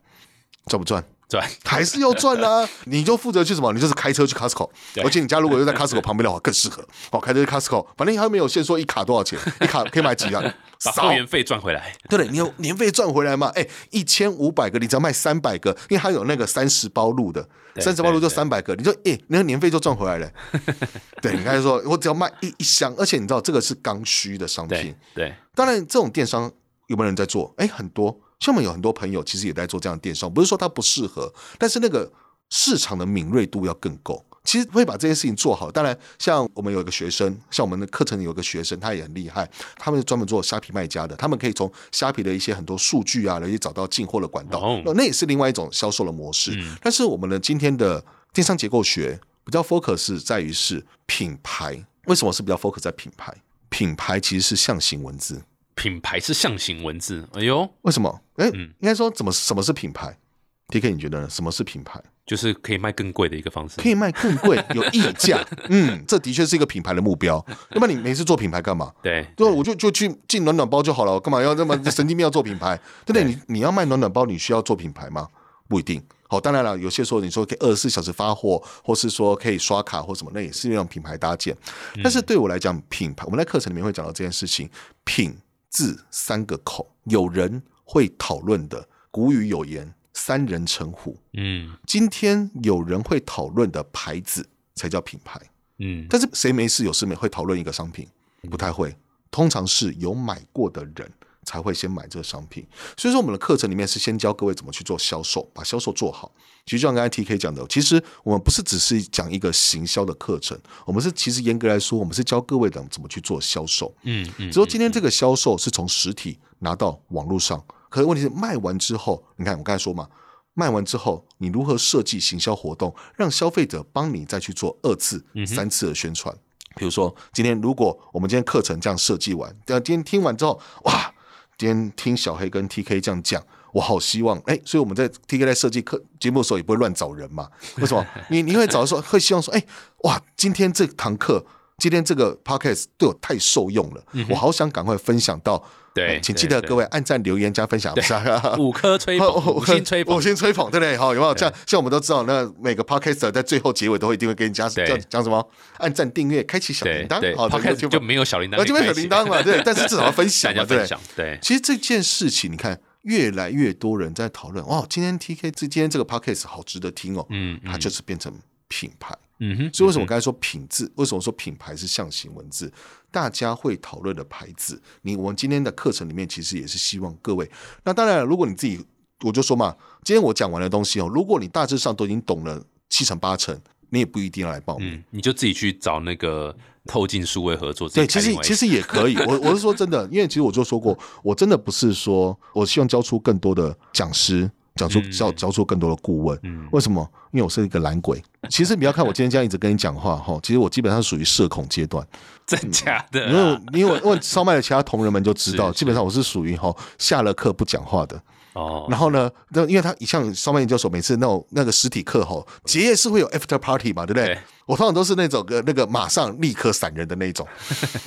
[SPEAKER 3] 赚不赚？
[SPEAKER 2] 赚，
[SPEAKER 3] 还是要赚啦、你就负责去什么？你就是开车去 Costco，
[SPEAKER 2] 对
[SPEAKER 3] 而且你家如果又在 Costco 旁边的话，更适合。哦，开车去 Costco，反正他没有限说一卡多少钱，一卡可以买几啊？
[SPEAKER 2] 把
[SPEAKER 3] 少
[SPEAKER 2] 会，员费赚回来。
[SPEAKER 3] 对了，你有年费赚回来嘛？哎，一千五百个，你只要卖三百个，因为它有那个三十包路的，
[SPEAKER 2] 对
[SPEAKER 3] 三十包路就
[SPEAKER 2] 对
[SPEAKER 3] 三百个，你就哎，那个年费就赚回来了。 对，你刚才说我只要卖一一箱，而且你知道这个是刚需的商品
[SPEAKER 2] 对，对，
[SPEAKER 3] 当然，这种电商有没有人在做？哎，很多，像我们有很多朋友其实也在做这样的电商，不是说它不适合，但是那个市场的敏锐度要更够。其实会把这件事情做好。当然，像我们有一个学生，像我们的课程里有一个学生，他也很厉害，他们是专门做虾皮卖家的，他们可以从虾皮的一些很多数据啊，来去找到进货的管道
[SPEAKER 2] 哦。
[SPEAKER 3] 那那也是另外一种销售的模式。但是我们的今天的电商结构学比较 focus 在于是品牌。为什么是比较 focus 在品牌？品牌其实是象形文字。
[SPEAKER 2] 品牌是象形文字。哎呦，
[SPEAKER 3] 为什么？哎、应该说怎么什么是品牌？T K，你觉得呢？什么是品牌？
[SPEAKER 2] 就是可以卖更贵的一个方式
[SPEAKER 3] 可。以卖更贵，有溢价。嗯，这的确是一个品牌的目标。那么你每次做品牌干嘛？
[SPEAKER 2] 对，
[SPEAKER 3] 对，啊我就就去进暖暖包就好了，我干嘛要那么神经病要做品牌？对不对？
[SPEAKER 2] 对
[SPEAKER 3] 你你要卖暖暖包，你需要做品牌吗？不一定。好，当然了，有些时候你说可以二十四小时发货，或是说可以刷卡或什么，那也是一种品牌搭建。但是对我来讲，品牌我们在课程里面会讲到这件事情，品字三个口，有人会讨论的。古语有言：“三人成虎。
[SPEAKER 2] 嗯”
[SPEAKER 3] 今天有人会讨论的牌子才叫品牌。
[SPEAKER 2] 嗯，
[SPEAKER 3] 但是谁没事有事没会讨论一个商品？不太会，通常是有买过的人才会先买这个商品。所以说，我们的课程里面是先教各位怎么去做销售，把销售做好。其实就像刚才 T K 讲的，其实我们不是只是讲一个行销的课程，我们是其实严格来说，我们是教各位怎怎么去做销售。
[SPEAKER 2] 嗯嗯
[SPEAKER 3] 只，说今天这个销售是从实体拿到网络上，可是问题是卖完之后，你看我刚才说嘛，卖完之后你如何设计行销活动，让消费者帮你再去做二次、
[SPEAKER 2] 嗯
[SPEAKER 3] 三次的宣传。比如说，今天如果我们今天课程这样设计完，但今天听完之后，哇，今天听小黑跟 TK 这样讲，我好希望哎、所以我们在 TK 在设计课节目的时候也不会乱找 人嘛。为什么？你你会找的时候会希望说，哎、哇，今天这堂课，今天这个 podcast 对我太受用了，我好想赶快分享到。
[SPEAKER 2] 嗯对
[SPEAKER 3] 哎请
[SPEAKER 2] 对
[SPEAKER 3] 记得
[SPEAKER 2] 对
[SPEAKER 3] 各位按赞、留言、加分享，不是啊
[SPEAKER 2] 五颗吹捧，
[SPEAKER 3] 哦
[SPEAKER 2] 五星吹捧
[SPEAKER 3] 五，星吹捧，对不对？好，有没有？像像我们都知道，那每个 podcaster 在最后结尾都会一定会给你加
[SPEAKER 2] 对
[SPEAKER 3] 讲讲什么？按赞、订阅、开启小
[SPEAKER 2] 对
[SPEAKER 3] 铃铛
[SPEAKER 2] 对，，
[SPEAKER 3] 好，
[SPEAKER 2] 他开
[SPEAKER 3] 这
[SPEAKER 2] 始
[SPEAKER 3] 个
[SPEAKER 2] 就没有小铃铛
[SPEAKER 3] 啊
[SPEAKER 2] 可以开启，
[SPEAKER 3] 就没有小铃铛 嘛，对。但是至少要分享
[SPEAKER 2] 大
[SPEAKER 3] 嘛，
[SPEAKER 2] 家
[SPEAKER 3] 对不
[SPEAKER 2] 分
[SPEAKER 3] 对
[SPEAKER 2] 享，。对，
[SPEAKER 3] 其实这件事情，你看，越来越多人在讨论。哇，今天 TK 这今天这个 podcast 好值得听哦，
[SPEAKER 2] 嗯
[SPEAKER 3] 它就是变成品牌。
[SPEAKER 2] 嗯哼，
[SPEAKER 3] 所以为什么我刚才说品质？为什么说品牌是象形文字？大家会讨论的牌子，你我们今天的课程里面其实也是希望各位。那当然了，如果你自己，我就说嘛，今天我讲完的东西哦，如果你大致上都已经懂了七成八成，你也不一定要来报名。
[SPEAKER 2] 嗯，你就自己去找那个透镜数位合作，
[SPEAKER 3] 对，其实其
[SPEAKER 2] 实
[SPEAKER 3] 实也可以。我我是说真的，因为其实我就说过，我真的不是说我希望教出更多的讲师，讲出
[SPEAKER 2] 嗯
[SPEAKER 3] 教教出更多的顾问。为什么？因为我是一个懒鬼。其实你要看我今天这样一直跟你讲话哈，其实我基本上属于社恐阶段。嗯
[SPEAKER 2] 真假的
[SPEAKER 3] 因为
[SPEAKER 2] 啊
[SPEAKER 3] 因为问烧麦的其他同仁们就知道，
[SPEAKER 2] 是是
[SPEAKER 3] 基本上我是属于哈下了课不讲话的。
[SPEAKER 2] 哦，
[SPEAKER 3] 然后呢，那因为他一向烧麦研究所每次那种那个实体课吼，结业是会有 after party 嘛，对不对？
[SPEAKER 2] 嗯对
[SPEAKER 3] 我通常都是那种个那个马上立刻闪人的那 一种，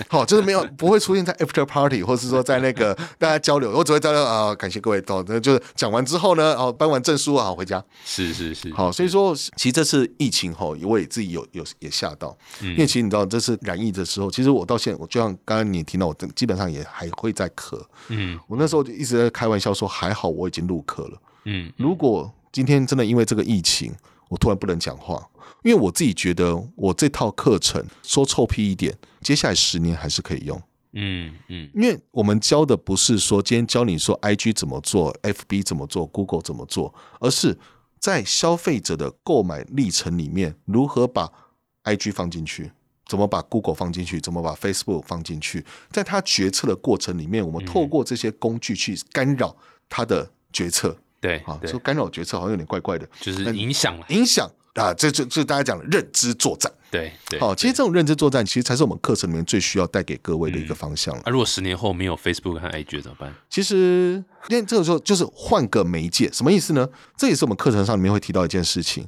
[SPEAKER 3] 好、就是没有不会出现在 after party，或是说在 那个大家交流，我只会交流啊、感谢各位，哦，那就是讲完之后呢，哦，颁完证书啊，回家。
[SPEAKER 2] 是是是，
[SPEAKER 3] 好，所以说其实这次疫情吼，我也自己有有也吓到，
[SPEAKER 2] 嗯
[SPEAKER 3] 因为其实你知道这次染疫的时候，其实我到现在，我就像刚刚你听到，我基本上也还会在咳。
[SPEAKER 2] 嗯
[SPEAKER 3] 我那时候就一直在开玩笑说，还好我已经入科了。
[SPEAKER 2] 嗯，
[SPEAKER 3] 如果今天真的因为这个疫情，我突然不能讲话，因为我自己觉得我这套课程说臭屁一点，接下来十年还是可以用。
[SPEAKER 2] 嗯嗯，
[SPEAKER 3] 因为我们教的不是说今天教你说 IG 怎么做、FB 怎么做、Google 怎么做，而是在消费者的购买历程里面，如何把 IG 放进去，怎么把 Google 放进去，怎么把 Facebook 放进去，在他决策的过程里面，我们透过这些工具去干扰他的决策。
[SPEAKER 2] 对
[SPEAKER 3] 啊，
[SPEAKER 2] 对
[SPEAKER 3] 说，干扰决策好像有点怪怪的，
[SPEAKER 2] 就是影响了，
[SPEAKER 3] 影响啊，这这这大家讲的认知作战。
[SPEAKER 2] 对对。
[SPEAKER 3] 好，其实这种认知作战，其实才是我们课程里面最需要带给各位的一个方向了。
[SPEAKER 2] 啊，如果十年后没有 Facebook 和 IG 怎么办？
[SPEAKER 3] 其实，因为这个时候就是换个媒介，什么意思呢？这也是我们课程上里面会提到一件事情。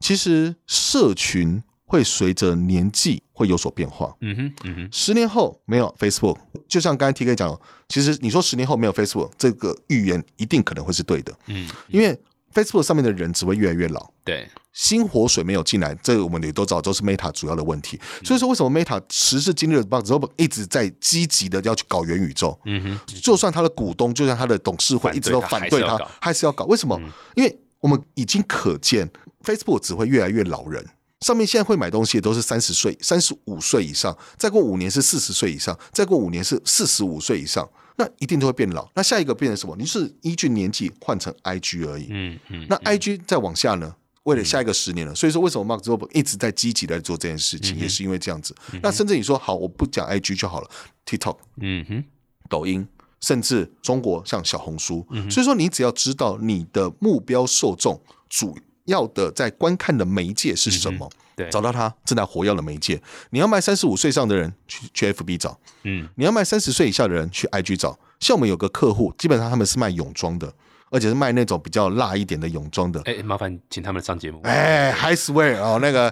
[SPEAKER 3] 其实，社群会随着年纪会有所变化。
[SPEAKER 2] 嗯哼嗯哼，
[SPEAKER 3] 十年后没有 Facebook，就像刚才 T K 讲的，其实你说十年后没有 Facebook，这个预言一定可能会是对的，
[SPEAKER 2] 嗯，
[SPEAKER 3] 因为 Facebook 上面的人只会越来越老。
[SPEAKER 2] 对，
[SPEAKER 3] 新活水没有进来，这个我们也都知道，都是 Meta 主要的问题。
[SPEAKER 2] 嗯
[SPEAKER 3] 所以说，为什么 Meta 时至今日棒之后一直在积极的要去搞元宇宙？
[SPEAKER 2] 嗯哼，
[SPEAKER 3] 就算他的股东，就算他的董事会
[SPEAKER 2] 反对
[SPEAKER 3] 一直都
[SPEAKER 2] 他
[SPEAKER 3] 反
[SPEAKER 2] 还
[SPEAKER 3] 对
[SPEAKER 2] 是要
[SPEAKER 3] 他
[SPEAKER 2] 搞，
[SPEAKER 3] 还是要搞。为什么？因为我们已经可见，Facebook 只会越来越老人。上面现在会买东西的都是三十岁、三十五岁以上，再过五年是四十岁以上，再过五年是四十五岁以上，那一定都会变老。那下一个变成什么？你就是依据年纪换成 IG 而已。
[SPEAKER 2] 嗯嗯，
[SPEAKER 3] 那 IG 再往下呢？为了下一个十年了，所以说为什么 Mark Zuckerberg 一直在积极的做这件事
[SPEAKER 2] 嗯
[SPEAKER 3] 情，也是因为这样子。那甚至你说好，我不讲 IG 就好了，TikTok、
[SPEAKER 2] 嗯哼，
[SPEAKER 3] 抖音，甚至中国像小红书，
[SPEAKER 2] 嗯
[SPEAKER 3] 所以说你只要知道你的目标受众主要的在观看的媒介是什么，
[SPEAKER 2] 嗯对，
[SPEAKER 3] 找到他正在活跃的媒介。你要卖三十五岁以上的人去去 FB 找，
[SPEAKER 2] 嗯
[SPEAKER 3] 你要卖三十岁以下的人去 IG 找。像我们有个客户，基本上他们是卖泳装的，而且是卖那种比较辣一点的泳装的。
[SPEAKER 2] 哎，麻烦请他们上节目。
[SPEAKER 3] 哎，high swear 哦，那个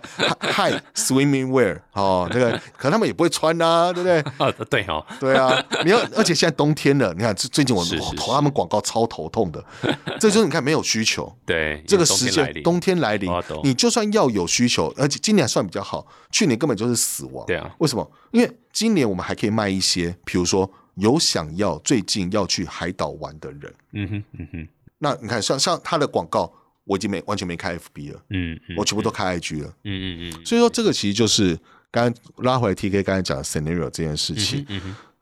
[SPEAKER 3] high swimming wear 哦，那个可能他们也不会穿啊，对不对？
[SPEAKER 2] 啊，对哦，
[SPEAKER 3] 对啊，你要，而且现在冬天了，你看最最近我
[SPEAKER 2] 是是
[SPEAKER 3] 我投他们广告超头痛的，这就是你看没有需求，
[SPEAKER 2] 对，
[SPEAKER 3] 这个
[SPEAKER 2] 冬
[SPEAKER 3] 时
[SPEAKER 2] 天来
[SPEAKER 3] 间
[SPEAKER 2] 临
[SPEAKER 3] 冬天来临
[SPEAKER 2] 哦懂，
[SPEAKER 3] 你就算要有需求，而且今年还算比较好，去年根本就是死亡。
[SPEAKER 2] 对啊，
[SPEAKER 3] 为什么？因为今年我们还可以卖一些，比如说有想要最近要去海岛玩的人，
[SPEAKER 2] 嗯哼嗯哼
[SPEAKER 3] 那你看像像他的广告，我已经没完全没开 FB 了，
[SPEAKER 2] 嗯嗯
[SPEAKER 3] 我全部都开 IG 了。
[SPEAKER 2] 嗯嗯嗯，
[SPEAKER 3] 所以说这个其实就是
[SPEAKER 2] 嗯
[SPEAKER 3] 刚刚拉回来 T K 刚才讲的 scenario 这件事情，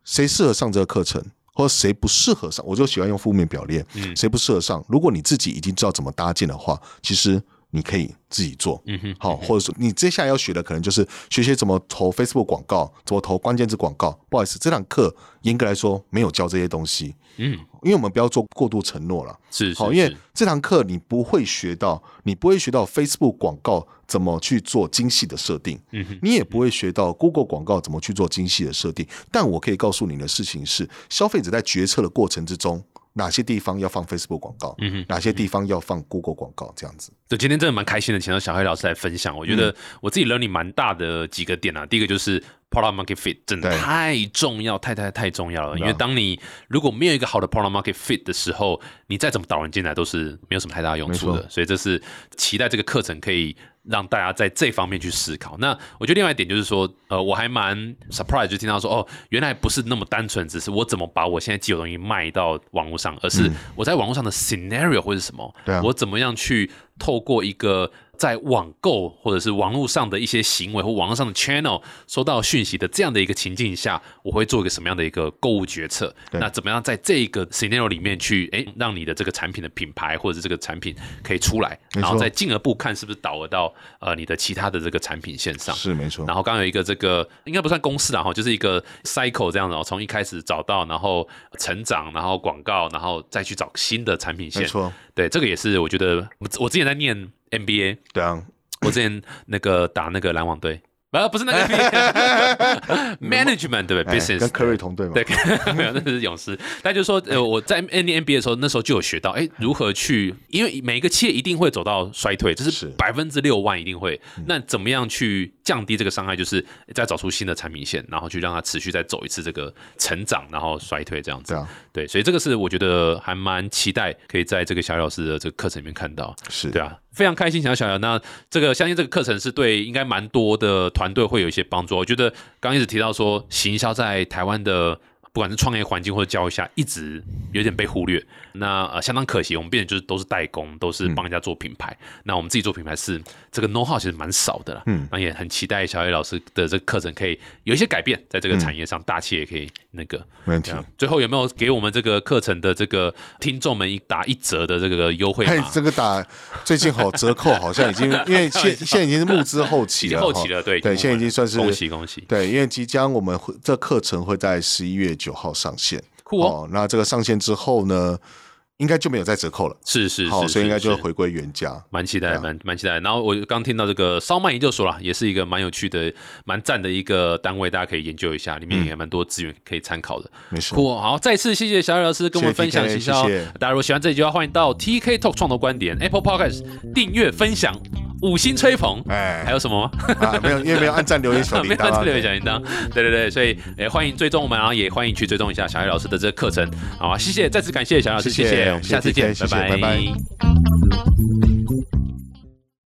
[SPEAKER 3] 谁适合上这个课程？或者谁不适合上，我就喜欢用负面表列。
[SPEAKER 2] 嗯
[SPEAKER 3] 谁不适合上？如果你自己已经知道怎么搭建的话，其实你可以自己做。
[SPEAKER 2] 嗯哼，
[SPEAKER 3] 好，或者说你接下来要学的可能就是学些怎么投 Facebook 广告，怎么投关键字广告。不好意思，这堂课严格来说没有教这些东西，
[SPEAKER 2] 嗯，
[SPEAKER 3] 因为我们不要做过度承诺了。
[SPEAKER 2] 是
[SPEAKER 3] 好，
[SPEAKER 2] 是
[SPEAKER 3] 因为
[SPEAKER 2] 是
[SPEAKER 3] 这堂课你不会学到，你不会学到 Facebook 广告怎么去做精细的设定，
[SPEAKER 2] 嗯哼
[SPEAKER 3] 你也不会学到 Google 广告怎么去做精细的设定。但我可以告诉你的事情是，消费者在决策的过程之中，哪些地方要放 Facebook 广告，
[SPEAKER 2] 嗯哼
[SPEAKER 3] 哪些地方要放 Google 广告，这样子。
[SPEAKER 2] 对，今天真的蛮开心的，请到小黑老师来分享。我觉
[SPEAKER 3] 嗯
[SPEAKER 2] 得我自己 learning 蛮大的几个点啊，第一个就是 product market fit 真的
[SPEAKER 3] 对
[SPEAKER 2] 太重要，太太太重要了。因为
[SPEAKER 3] 啊
[SPEAKER 2] 当你如果没有一个好的 product market fit 的时候，你再怎么导人进来都是没有什么太大用处
[SPEAKER 3] 没
[SPEAKER 2] 的。所以这是期待这个课程可以让大家在这方面去思考。那我觉得另外一点就是说，呃，我还蛮 surprise 就听到说，哦，原来不是那么单纯，只是我怎么把我现在既有的东西卖到网络上，而是我在网络上的 scenario 或是什么，
[SPEAKER 3] 嗯对啊
[SPEAKER 2] 我怎么样去透过一个在网购或者是网络上的一些行为或网络上的 channel 收到讯息的这样的一个情境下，我会做一个什么样的一个购物决策？
[SPEAKER 3] 对
[SPEAKER 2] 那怎么样在这个 scenario 里面去，诶，让你的这个产品的品牌或者是这个产品可以出来，
[SPEAKER 3] 没错
[SPEAKER 2] 然后再进而步看是不是导入到呃你的其他的这个产品线上。
[SPEAKER 3] 是没错
[SPEAKER 2] 然，后刚刚有一个这个应该不算公式啦哈，就是一个 cycle 这样的哦，从一开始找到，然后成长，然后广告，然后再去找新的产品线。
[SPEAKER 3] 没错，
[SPEAKER 2] 对，这个也是我觉得我我之前在念 NBA，
[SPEAKER 3] 对啊，
[SPEAKER 2] 我之前那个打那个篮网队，啊不是那个 NBA management 对不
[SPEAKER 3] 哎
[SPEAKER 2] 对？business
[SPEAKER 3] 跟 Curry 同队嘛，
[SPEAKER 2] 对， 没有，那是勇士。但就是说，呃，我在 N NBA 的时候，那时候就有学到，哎，如何去，因为每一个企业一定会走到衰退，这是
[SPEAKER 3] 是
[SPEAKER 2] 百分之六万一定会。那怎么样去降低这个伤害？就是再找出新的产品线，然后去让它持续再走一次这个成长，然后衰退这样子。
[SPEAKER 3] 对啊
[SPEAKER 2] 对，所以这个是我觉得还蛮期待可以在这个小姚老师的这个课程里面看到。
[SPEAKER 3] 是
[SPEAKER 2] 对啊，非常开心，想要小姚。那这个相信这个课程是对应该蛮多的团队会有一些帮助。哦我觉得刚刚一直提到说，行销在台湾的不管是创业环境或者教育下，一直有点被忽略。那呃，相当可惜，我们变成就是都是代工，都是帮人家做品牌。那我们自己做品牌是这个 know how 其实蛮少的啦。嗯，那也很期待小野老师的这个课程可以有一些改变，在这个产业上，大企业可以那个
[SPEAKER 3] 没问题
[SPEAKER 2] 这。样。最后有没有给我们这个课程的这个听众们一打一折的这个优惠
[SPEAKER 3] 嘿
[SPEAKER 2] 码，？
[SPEAKER 3] 哎这个打最近好折扣，好像已经因 为现现在已经是募资后期
[SPEAKER 2] 已经
[SPEAKER 3] 了，
[SPEAKER 2] 后期了，
[SPEAKER 3] 哈
[SPEAKER 2] 对
[SPEAKER 3] 对，现在已经算是
[SPEAKER 2] 恭喜恭喜，
[SPEAKER 3] 对，因为即将我们会这课程会在十一月九号上线，
[SPEAKER 2] 酷哦，
[SPEAKER 3] 那这个上线之后呢，应该就没有再折扣了，
[SPEAKER 2] 是是
[SPEAKER 3] 好，
[SPEAKER 2] 是，
[SPEAKER 3] 所以应该就会
[SPEAKER 2] 是。
[SPEAKER 3] 回归原价。
[SPEAKER 2] 蛮期待
[SPEAKER 3] 对，啊
[SPEAKER 2] 蛮蛮期待。然后我刚听到这个烧麦研究所啦，也是一个蛮有趣的、蛮赞的一个单位，大家可以研究一下，里面也蛮多资源可以参考的。
[SPEAKER 3] 没事，
[SPEAKER 2] 酷哦，好，再次谢谢小野老师跟我们
[SPEAKER 3] 谢
[SPEAKER 2] 分
[SPEAKER 3] 谢
[SPEAKER 2] 享
[SPEAKER 3] TK
[SPEAKER 2] 行销
[SPEAKER 3] 谢谢。
[SPEAKER 2] 大家如果喜欢这一集的话，欢迎到 TK Talk 创投观点 Apple Podcast 订阅、分享、五星吹捧。
[SPEAKER 3] 哎
[SPEAKER 2] 还有什么吗？
[SPEAKER 3] 啊，没有，因为没有按赞留言 小
[SPEAKER 2] 没
[SPEAKER 3] 铃
[SPEAKER 2] 有
[SPEAKER 3] 铛啊，
[SPEAKER 2] 这里有小铃铛，对对对，所以也欢迎追踪我们，然啊后也欢迎去追踪一下小叶老师的这个课程，好啊，谢谢，再次感谢小叶老师，
[SPEAKER 3] 谢谢
[SPEAKER 2] 谢，我们下次见，
[SPEAKER 3] 谢谢 TK，谢谢拜拜
[SPEAKER 2] 拜